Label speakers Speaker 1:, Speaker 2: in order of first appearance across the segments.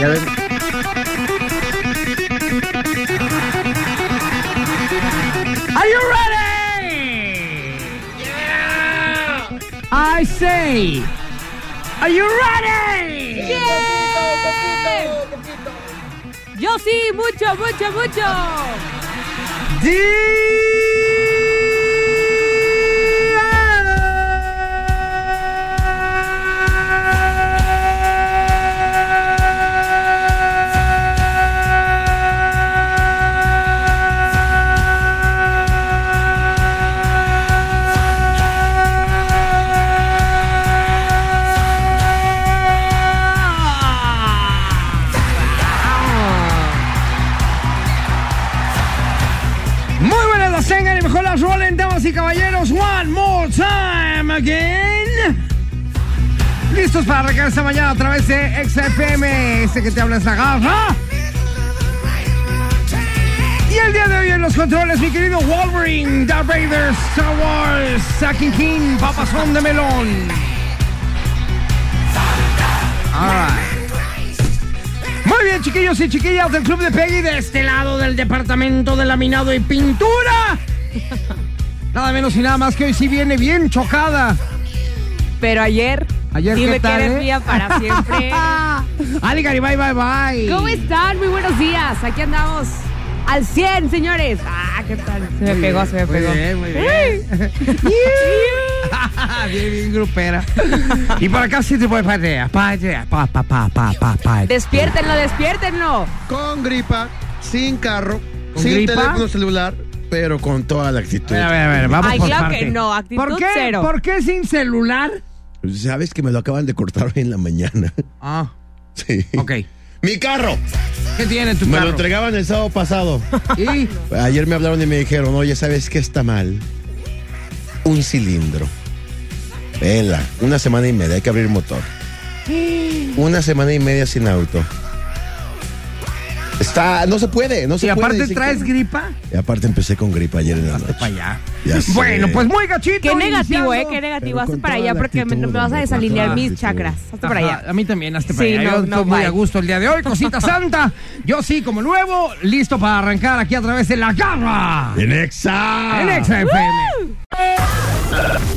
Speaker 1: Ya ven. Are you ready? Yeah. I say, are you ready?
Speaker 2: Yo sí, mucho, mucho, mucho.
Speaker 1: Muy buenas las tengan y mejor las rolen, damas y caballeros. One more time again. Listos para arrancar esta mañana a través de XFM. Este que te habla es la garra. Y el día de hoy en los controles, mi querido Wolverine, Darth Vader, Star Wars, Sacking King, Papazón de Melón. All right. Muy bien, chiquillos y chiquillas del Club de Peggy de este lado del Departamento de Laminado y Pintura. Nada menos y nada más que hoy sí viene bien chocada.
Speaker 2: Pero ayer,
Speaker 1: Ayer,
Speaker 2: dime
Speaker 1: ¿qué tal,
Speaker 2: que eres
Speaker 1: eh?
Speaker 2: mía para siempre.
Speaker 1: Ali, Gary, bye, bye, bye.
Speaker 2: Ah. ¿Cómo están? Muy buenos días. Aquí andamos al 100, señores. Ah, ¿qué tal? Se me
Speaker 1: Muy
Speaker 2: pegó,
Speaker 1: bien,
Speaker 2: se me
Speaker 1: muy
Speaker 2: pegó.
Speaker 1: bien, muy bien. bien, bien grupera. y por acá sí te voy para allá, para allá, pa, pa, pa, pa, pa, pa.
Speaker 2: Despiértenlo, despiértenlo.
Speaker 3: con gripa, sin carro,
Speaker 1: ¿Con
Speaker 3: sin
Speaker 1: gripa?
Speaker 3: teléfono celular, pero con toda la actitud.
Speaker 1: A ver, a ver, vamos
Speaker 2: Ay,
Speaker 1: por
Speaker 2: claro
Speaker 1: parte.
Speaker 2: que no, actitud
Speaker 1: ¿Por qué?
Speaker 2: cero.
Speaker 1: ¿Por qué sin celular?
Speaker 3: Sabes que me lo acaban de cortar hoy en la mañana.
Speaker 1: Ah,
Speaker 3: Sí.
Speaker 1: ok.
Speaker 3: Mi carro.
Speaker 1: ¿Qué tiene tu
Speaker 3: Me lo
Speaker 1: carro?
Speaker 3: entregaban el sábado pasado.
Speaker 1: Y
Speaker 3: Ayer me hablaron y me dijeron, oye, ¿sabes qué está mal? Un cilindro. Vela, una semana y media, hay que abrir motor. Una semana y media sin auto. Está, no se puede, no se
Speaker 1: y
Speaker 3: puede.
Speaker 1: aparte
Speaker 3: sí
Speaker 1: traes
Speaker 3: que-
Speaker 1: gripa.
Speaker 3: Y aparte empecé con gripa ayer en la noche.
Speaker 1: Para allá.
Speaker 3: Ya
Speaker 1: Pues
Speaker 3: sé.
Speaker 1: Bueno, pues muy gachito.
Speaker 2: Qué negativo,
Speaker 1: iniciando.
Speaker 2: ¿eh? Qué negativo.
Speaker 3: Pero
Speaker 2: Hazte
Speaker 3: con
Speaker 2: para
Speaker 3: toda
Speaker 2: allá
Speaker 3: la
Speaker 2: porque me,
Speaker 3: actitud,
Speaker 2: me vas a
Speaker 3: hombre, con
Speaker 2: desalinear
Speaker 3: toda la
Speaker 2: mis
Speaker 3: actitud.
Speaker 2: chakras. Hazte para
Speaker 1: Ajá,
Speaker 2: allá.
Speaker 1: A mí también, hasta para
Speaker 2: Sí,
Speaker 1: allá.
Speaker 2: no,
Speaker 1: Yo
Speaker 2: no,
Speaker 1: estoy muy
Speaker 2: bye.
Speaker 1: a gusto el día de hoy, cosita santa. Yo sí, como nuevo, listo para arrancar aquí a través de la garra.
Speaker 3: En Exa.
Speaker 1: En Exa FM.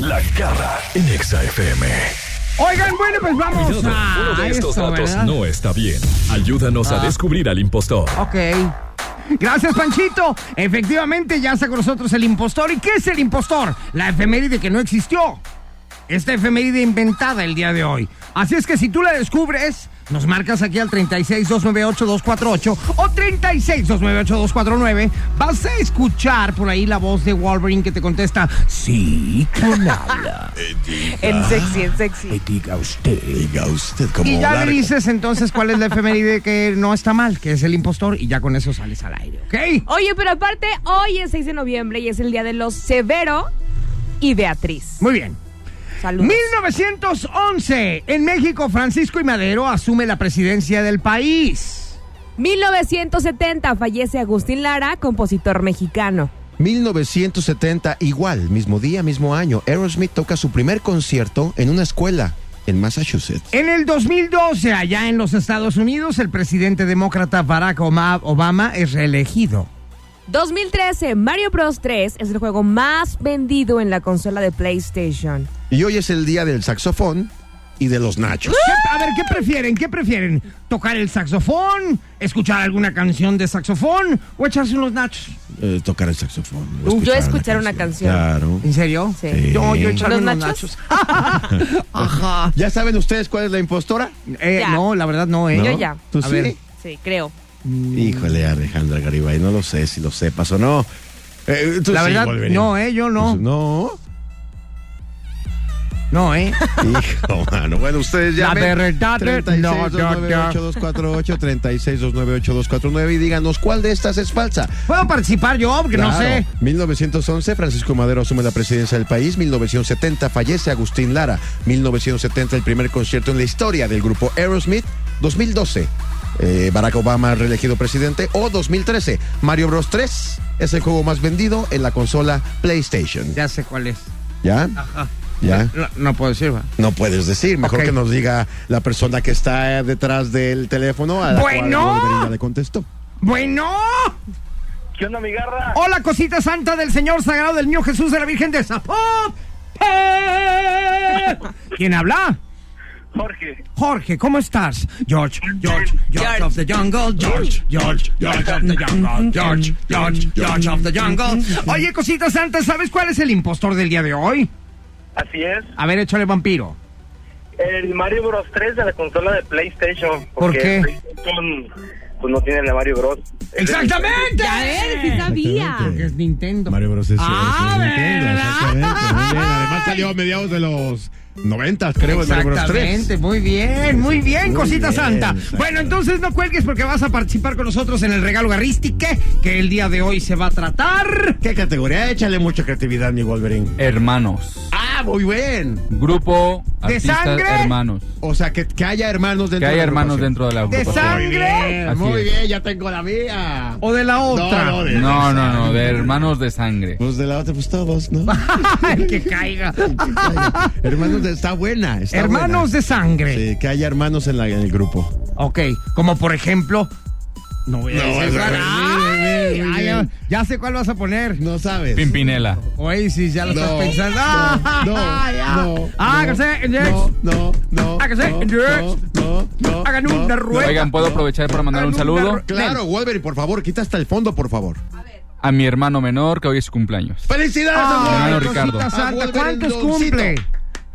Speaker 4: La Garra en Nexa FM.
Speaker 1: Oigan, bueno, pues vamos
Speaker 4: Cuidado,
Speaker 1: a.
Speaker 4: uno de estos
Speaker 1: esto,
Speaker 4: datos
Speaker 1: ¿verdad?
Speaker 4: no está bien. Ayúdanos a descubrir al impostor.
Speaker 1: Ok. Gracias, Panchito. Efectivamente, ya está con nosotros el impostor. ¿Y qué es el impostor? La efeméride que no existió. Esta efeméride inventada el día de hoy. Así es que si tú la descubres, nos marcas aquí al 36-298-248 o 36-298-249. Vas a escuchar por ahí la voz de Wolverine que te contesta, sí, con habla?
Speaker 2: En sexy, en sexy.
Speaker 1: Diga usted.
Speaker 3: Diga usted como
Speaker 1: Y ya
Speaker 3: largo.
Speaker 1: le dices entonces cuál es la efeméride que no está mal, que es el impostor, y ya con eso sales al aire, ¿ok?
Speaker 2: Oye, pero aparte, hoy es 6 de noviembre y es el día de los Severo y Beatriz.
Speaker 1: Muy bien.
Speaker 2: Saludos.
Speaker 1: 1911. En México, Francisco y Madero asume la presidencia del país.
Speaker 2: 1970 fallece Agustín Lara, compositor mexicano.
Speaker 3: 1970, igual, mismo día, mismo año, Aerosmith toca su primer concierto en una escuela en Massachusetts.
Speaker 1: En el 2012, allá en los Estados Unidos, el presidente demócrata Barack Oma- Obama es reelegido.
Speaker 2: 2013, Mario Bros 3 es el juego más vendido en la consola de PlayStation.
Speaker 3: Y hoy es el día del saxofón y de los nachos.
Speaker 1: ¿Qué- a ver, ¿qué prefieren? ¿Qué prefieren? ¿Tocar el saxofón? ¿Escuchar alguna canción de saxofón? ¿O echarse unos nachos?
Speaker 3: Eh, tocar el saxofón. o
Speaker 2: Yo escuchar una
Speaker 3: Claro.
Speaker 1: ¿En serio?
Speaker 2: Sí.
Speaker 3: Sí.
Speaker 1: Yo, yo echarme
Speaker 2: ¿Los
Speaker 1: unos
Speaker 2: nachos? Ah,
Speaker 1: nachos. Ajá. Ah.
Speaker 3: ¿Ya saben ustedes cuál es la impostora?
Speaker 1: Eh,
Speaker 2: Ya.
Speaker 1: no, la verdad no, ¿eh?
Speaker 2: Yo
Speaker 3: ¿No?
Speaker 2: ya.
Speaker 3: ¿Tú
Speaker 1: A
Speaker 3: sí?
Speaker 1: ver.
Speaker 2: Sí, creo.
Speaker 3: Híjole, Alejandra Garibay, no lo sé si lo sepas o no. Eh, tú
Speaker 1: La
Speaker 3: sí,
Speaker 1: verdad,
Speaker 3: Wolverine.
Speaker 1: no, eh, yo
Speaker 3: Pues,
Speaker 1: no.
Speaker 3: No.
Speaker 1: No, eh.
Speaker 3: Hijo, mano. Bueno, ustedes
Speaker 1: La
Speaker 3: ya.
Speaker 1: verdad, eh, no, no, no.
Speaker 3: 36298248, 36298249 y díganos cuál de estas es falsa.
Speaker 1: ¿Puedo participar yo? Porque no
Speaker 3: Claro.
Speaker 1: sé.
Speaker 3: 1911, Francisco Madero asume la presidencia del país. 1970, fallece Agustín Lara. 1970, el primer concierto en la historia del grupo Aerosmith. 2012, eh, Barack Obama reelegido presidente. O 2013, Mario Bros 3 es el juego más vendido en la consola PlayStation.
Speaker 1: Ya sé cuál es.
Speaker 3: ¿Ya?
Speaker 1: Ajá.
Speaker 3: ¿Ya?
Speaker 1: No, no puedo decir, va.
Speaker 3: No puedes decir, mejor
Speaker 1: Ok.
Speaker 3: que nos diga la persona que está eh, detrás del teléfono a la cual
Speaker 1: Bueno.
Speaker 3: Wolverine ya le contestó.
Speaker 1: Bueno.
Speaker 5: ¿Qué onda, mi garra?
Speaker 1: Hola, cosita santa del Señor Sagrado del Niño Jesús de la Virgen de Zapote. ¿Quién habla?
Speaker 5: Jorge.
Speaker 1: Jorge, ¿cómo estás? George, George, George of the jungle, George, George, George of the jungle, George, George, George of the jungle. Oye, cosita santa, ¿sabes cuál es el impostor del día de hoy?
Speaker 5: Así es.
Speaker 1: A ver, échale vampiro.
Speaker 5: El Mario Bros 3 de la consola de PlayStation.
Speaker 1: ¿Por qué?
Speaker 5: PlayStation, pues no tiene el de Mario Bros.
Speaker 1: ¡Exactamente!
Speaker 2: Ya ves, sí sabía.
Speaker 3: Exactamente.
Speaker 1: Es Nintendo.
Speaker 3: Mario Bros. es-
Speaker 1: Ah,
Speaker 3: es Nintendo,
Speaker 1: ¿verdad?
Speaker 3: exactamente, muy bien. Además salió a mediados de los 90, creo, el Mario Bros. 3.
Speaker 1: Exactamente, muy bien, muy bien,
Speaker 3: Muy
Speaker 1: cosita
Speaker 3: bien,
Speaker 1: santa.
Speaker 3: exactamente.
Speaker 1: Bueno, entonces no cuelgues porque vas a participar con nosotros en el regalo garristique que el día de hoy se va a tratar.
Speaker 3: ¿Qué categoría? Échale mucha creatividad, mi Wolverine.
Speaker 6: Hermanos.
Speaker 3: Ah, muy bien.
Speaker 6: Grupo
Speaker 1: ¿De
Speaker 6: artistas
Speaker 1: sangre?
Speaker 6: hermanos.
Speaker 3: O sea, que, que haya hermanos
Speaker 6: Que
Speaker 3: dentro
Speaker 6: hay
Speaker 3: de la
Speaker 6: hermanos
Speaker 3: agrupación.
Speaker 6: dentro de la
Speaker 1: ¿De
Speaker 6: agrupación.
Speaker 1: sangre?
Speaker 6: Así
Speaker 3: Muy
Speaker 6: es.
Speaker 3: bien, ya tengo la mía.
Speaker 1: ¿O de la otra?
Speaker 3: No, no, de-
Speaker 6: No, no, no, de hermanos de sangre.
Speaker 3: Pues de la otra, pues todos, ¿no?
Speaker 1: Ay, que caiga.
Speaker 3: hermanos, de- está buena. está
Speaker 1: Hermanos
Speaker 3: buena.
Speaker 1: de sangre.
Speaker 3: Sí, que haya hermanos en, la- en el grupo.
Speaker 1: Ok, como por ejemplo. No voy a
Speaker 3: No,
Speaker 1: decir
Speaker 3: no,
Speaker 1: cuál.
Speaker 3: no,
Speaker 1: Ay,
Speaker 3: no, no, no,
Speaker 1: ay,
Speaker 3: no,
Speaker 1: ya- ya sé cuál vas a poner.
Speaker 3: No sabes.
Speaker 6: Pimpinela.
Speaker 1: Oasis, ya lo
Speaker 3: No,
Speaker 1: estás pensando.
Speaker 3: No, no,
Speaker 1: Ay, ah.
Speaker 3: no,
Speaker 1: Ah,
Speaker 3: no,
Speaker 1: que se-
Speaker 3: no, no, no,
Speaker 1: Hágase,
Speaker 3: no,
Speaker 1: Jerks.
Speaker 3: no, no,
Speaker 1: Hagan
Speaker 3: no,
Speaker 1: una
Speaker 3: no.
Speaker 1: rueda.
Speaker 6: Oigan, ¿puedo aprovechar para mandar un saludo?
Speaker 3: Claro, Wolverine, por favor, quita hasta el fondo, por favor.
Speaker 6: A mi hermano menor, que hoy es su cumpleaños.
Speaker 3: ¡Felicidades,
Speaker 1: Ay,
Speaker 3: amor!
Speaker 6: hermano
Speaker 1: cosita
Speaker 6: Ricardo.
Speaker 3: A
Speaker 1: santa,
Speaker 3: volver
Speaker 1: ¿Cuántos
Speaker 3: Ah, el doncito.
Speaker 1: cumple?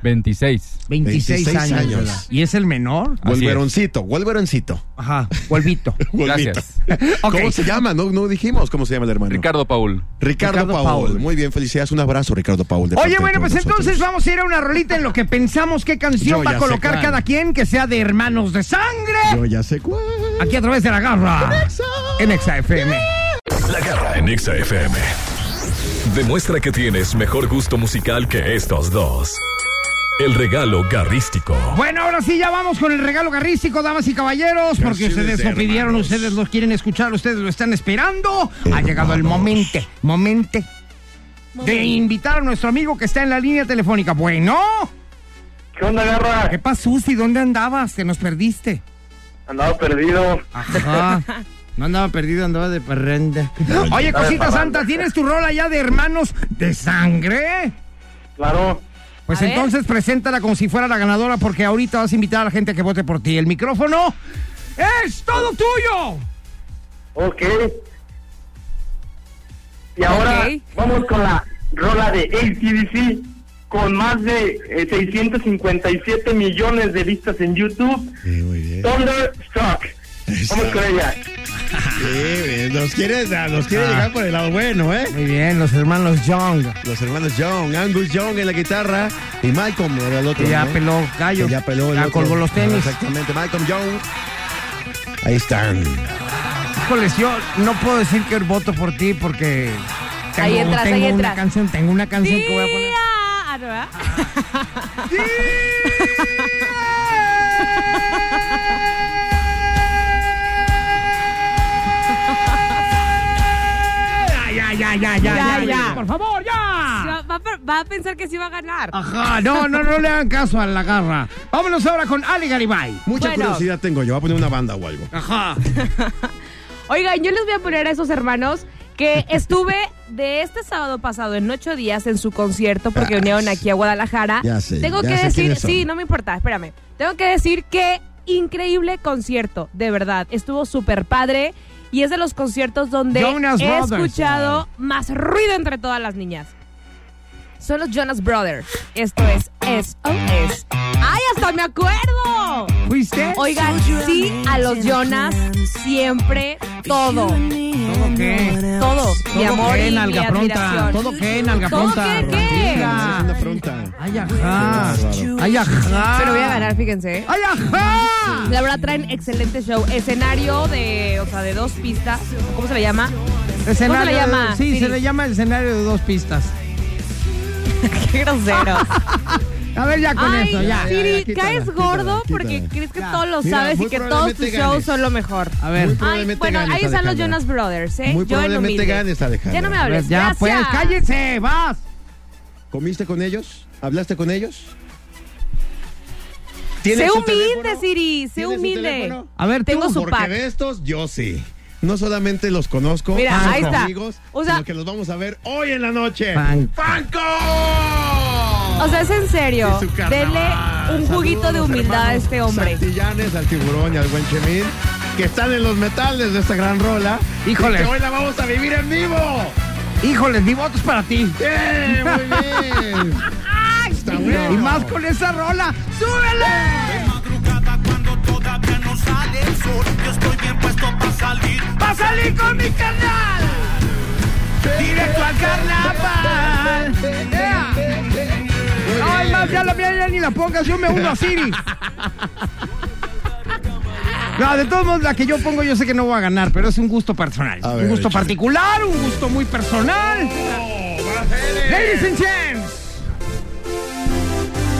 Speaker 6: 26.
Speaker 3: 26 años.
Speaker 1: ¿Y es el menor?
Speaker 6: Así es.
Speaker 3: Wolveroncito, Wolveroncito.
Speaker 1: Ajá, Volvito.
Speaker 6: Gracias.
Speaker 1: Ok.
Speaker 3: ¿Cómo se llama? No, no dijimos cómo se llama el hermano.
Speaker 6: Ricardo Paul.
Speaker 3: Ricardo,
Speaker 1: Ricardo
Speaker 3: Paul.
Speaker 1: Paul.
Speaker 3: Muy bien, felicidades. Un abrazo, Ricardo Paul. de parte
Speaker 1: Oye,
Speaker 3: de
Speaker 1: bueno,
Speaker 3: todos
Speaker 1: pues
Speaker 3: nosotros.
Speaker 1: entonces vamos a ir a una rolita en lo que pensamos qué canción
Speaker 3: Yo
Speaker 1: va
Speaker 3: ya
Speaker 1: a
Speaker 3: sé
Speaker 1: colocar
Speaker 3: cuál.
Speaker 1: cada quien que sea de Hermanos de Sangre.
Speaker 3: Yo ya sé cuál.
Speaker 1: Aquí a través de la garra. En Exa FM.
Speaker 4: La garra en Exa FM. Demuestra que tienes mejor gusto musical que estos dos. El regalo garrístico.
Speaker 1: Bueno, ahora sí, ya vamos con el regalo garrístico, damas y caballeros, porque
Speaker 3: Canciones
Speaker 1: ustedes
Speaker 3: de
Speaker 1: lo pidieron,
Speaker 3: hermanos.
Speaker 1: ustedes lo quieren escuchar, ustedes lo están esperando. Ha llegado el momento, momento de invitar a nuestro amigo que está en la línea telefónica. Bueno,
Speaker 5: ¿Qué onda,
Speaker 1: ¿qué
Speaker 5: garra?
Speaker 1: pasó, Susi? ¿Dónde andabas? Que nos perdiste.
Speaker 5: Andaba perdido.
Speaker 1: Ajá. No andaba perdido, andaba de parranda. Oye,
Speaker 5: Andaba de
Speaker 1: cosita
Speaker 5: parranda.
Speaker 1: santa, ¿tienes tu rol allá de hermanos de sangre?
Speaker 5: Claro.
Speaker 1: Pues
Speaker 2: A ver.
Speaker 1: entonces preséntala como si fuera la ganadora porque ahorita vas a invitar a la gente a que vote por ti. El micrófono es todo tuyo.
Speaker 5: Ok. Y ahora
Speaker 2: Ok.
Speaker 5: vamos con la rola de ACDC con más de eh, 657 millones de vistas en YouTube.
Speaker 3: Sí, muy bien.
Speaker 5: Thunderstruck. Vamos con ella.
Speaker 3: Sí, bien. nos quiere, nos quiere llegar por el lado bueno, ¿eh?
Speaker 1: Muy bien, los hermanos Young.
Speaker 3: Los hermanos Young, Angus Young en la guitarra y Malcolm era el otro.
Speaker 1: Que ya
Speaker 3: ¿no?
Speaker 1: peló gallo.
Speaker 3: Que ya peló el
Speaker 1: Ya
Speaker 3: otro. Ah,
Speaker 1: colgó los tenis.
Speaker 3: Exactamente, Malcolm Young. Ahí están.
Speaker 1: Híjoles, yo no puedo decir que voto por ti porque tengo,
Speaker 2: Ahí entras,
Speaker 1: tengo
Speaker 2: ahí
Speaker 1: una
Speaker 2: entras.
Speaker 1: canción, tengo una canción que voy a poner.
Speaker 2: Tía. Ah, ¿no, verdad?
Speaker 1: Ya, ya, ya, ya, ya, ya,
Speaker 2: Ya, ya.
Speaker 1: por favor, ya.
Speaker 2: Va, va- va a pensar que sí va a ganar.
Speaker 1: Ajá, no, no, no le hagan caso a la garra. Vámonos ahora con Ali Garibay.
Speaker 3: Mucha
Speaker 2: Bueno.
Speaker 3: curiosidad tengo yo. Voy a poner una banda o algo.
Speaker 1: Ajá.
Speaker 2: Oigan, yo les voy a poner a esos hermanos que estuve de este sábado pasado en ocho días en su concierto porque
Speaker 3: Ah,
Speaker 2: vinieron aquí a Guadalajara.
Speaker 3: ya sé,
Speaker 2: Tengo
Speaker 3: ya
Speaker 2: que
Speaker 3: sé
Speaker 2: decir,
Speaker 3: quiénes son.
Speaker 2: sí, no me importa, espérame. Tengo que decir que increíble concierto, de verdad. Estuvo súper padre y es de los conciertos donde
Speaker 1: Jonas
Speaker 2: he
Speaker 1: Brothers.
Speaker 2: escuchado más ruido entre todas las niñas. Son los Jonas Brothers. Esto es SOS. ¡Ay, hasta me acuerdo!
Speaker 1: fuiste?
Speaker 2: Oigan, sí a los Jonas, siempre, todo.
Speaker 1: ¿Todo qué?
Speaker 2: Todo. Mi
Speaker 1: ¿Todo
Speaker 2: amor
Speaker 1: qué,
Speaker 2: y mi
Speaker 1: nalga pronta?
Speaker 2: admiración.
Speaker 1: ¿Todo qué, nalga
Speaker 2: ¿Todo
Speaker 1: pronta?
Speaker 2: qué, qué? Ah.
Speaker 1: Tranquila.
Speaker 3: Una afronta.
Speaker 1: Ay, ajá. Ay, ajá.
Speaker 2: Pero voy a ganar, fíjense. ¿eh?
Speaker 1: ¡Ay, ajá!
Speaker 2: Ah, La verdad traen excelente show. Escenario de, o sea, de dos pistas. ¿Cómo se le llama?
Speaker 1: Escenario de-
Speaker 2: llama,
Speaker 1: Sí, se
Speaker 2: Siri?
Speaker 1: le llama el escenario de dos pistas.
Speaker 2: Qué grosero.
Speaker 1: A ver, ya con
Speaker 2: Ay,
Speaker 1: eso, ya.
Speaker 2: Siri,
Speaker 3: ya, quítala,
Speaker 2: caes
Speaker 3: quítala,
Speaker 2: gordo
Speaker 3: quítala.
Speaker 2: porque crees que
Speaker 1: Ya.
Speaker 2: todo lo
Speaker 3: Mira,
Speaker 2: sabes
Speaker 3: muy
Speaker 2: y que todos
Speaker 3: probablemente
Speaker 2: tus shows
Speaker 3: ganes.
Speaker 2: son lo mejor.
Speaker 1: A ver.
Speaker 2: Ay,
Speaker 3: Probablemente
Speaker 2: bueno,
Speaker 3: ganes,
Speaker 2: ahí están los
Speaker 3: Alejandra.
Speaker 2: Jonas Brothers, ¿eh?
Speaker 3: Muy
Speaker 2: Yo en
Speaker 3: probablemente
Speaker 2: humilde.
Speaker 3: ganes, Alejandra.
Speaker 2: Ya no me hables.
Speaker 1: ya,
Speaker 2: gracias.
Speaker 1: pues, cállense, vas.
Speaker 3: ¿Comiste con ellos? ¿Hablaste con ellos?
Speaker 2: Sé
Speaker 3: su
Speaker 2: humilde,
Speaker 3: teléfono?
Speaker 2: Siri, sé
Speaker 3: ¿Tienes su
Speaker 2: humilde.
Speaker 3: teléfono?
Speaker 1: A ver,
Speaker 2: Tengo
Speaker 1: tú.
Speaker 2: su
Speaker 3: Porque
Speaker 2: pack.
Speaker 3: de estos, yo sí. No solamente los conozco,
Speaker 2: Mira,
Speaker 3: son
Speaker 2: ahí está.
Speaker 3: amigos,
Speaker 2: O sea-
Speaker 3: sino que los vamos a ver hoy en la noche.
Speaker 1: Fan-
Speaker 3: ¡Fanco!
Speaker 2: O sea, es en serio.
Speaker 3: Y su carnaval.
Speaker 2: Denle un juguito de
Speaker 3: Saludos,
Speaker 2: humildad a
Speaker 3: hermanos
Speaker 2: este hombre.
Speaker 3: Santillanes, al tiburón y al buen Chemín, que están en los metales de esta gran rola.
Speaker 1: Híjole.
Speaker 3: Y que hoy la vamos a vivir en vivo.
Speaker 1: Híjoles, mi voto es para ti.
Speaker 3: ¡Bien! ¡Muy bien! Está bueno.
Speaker 1: Y más con esa rola. ¡Súbele!
Speaker 7: Madrugada cuando todavía no sale el sol. Yo estoy bien puesto para salir.
Speaker 1: ¡Va a salir con mi carnal! ¡Directo al carnaval! Yeah. ¡Ay, más ya la mía ya ni la pongas! ¡Yo me uno a Siri! No, de todos modos, la que yo pongo yo sé que no voy a ganar, pero es un gusto personal.
Speaker 3: A ver,
Speaker 1: un gusto
Speaker 3: échale. Oh,
Speaker 1: particular, un gusto muy personal.
Speaker 3: eh.
Speaker 1: Ladies and gents,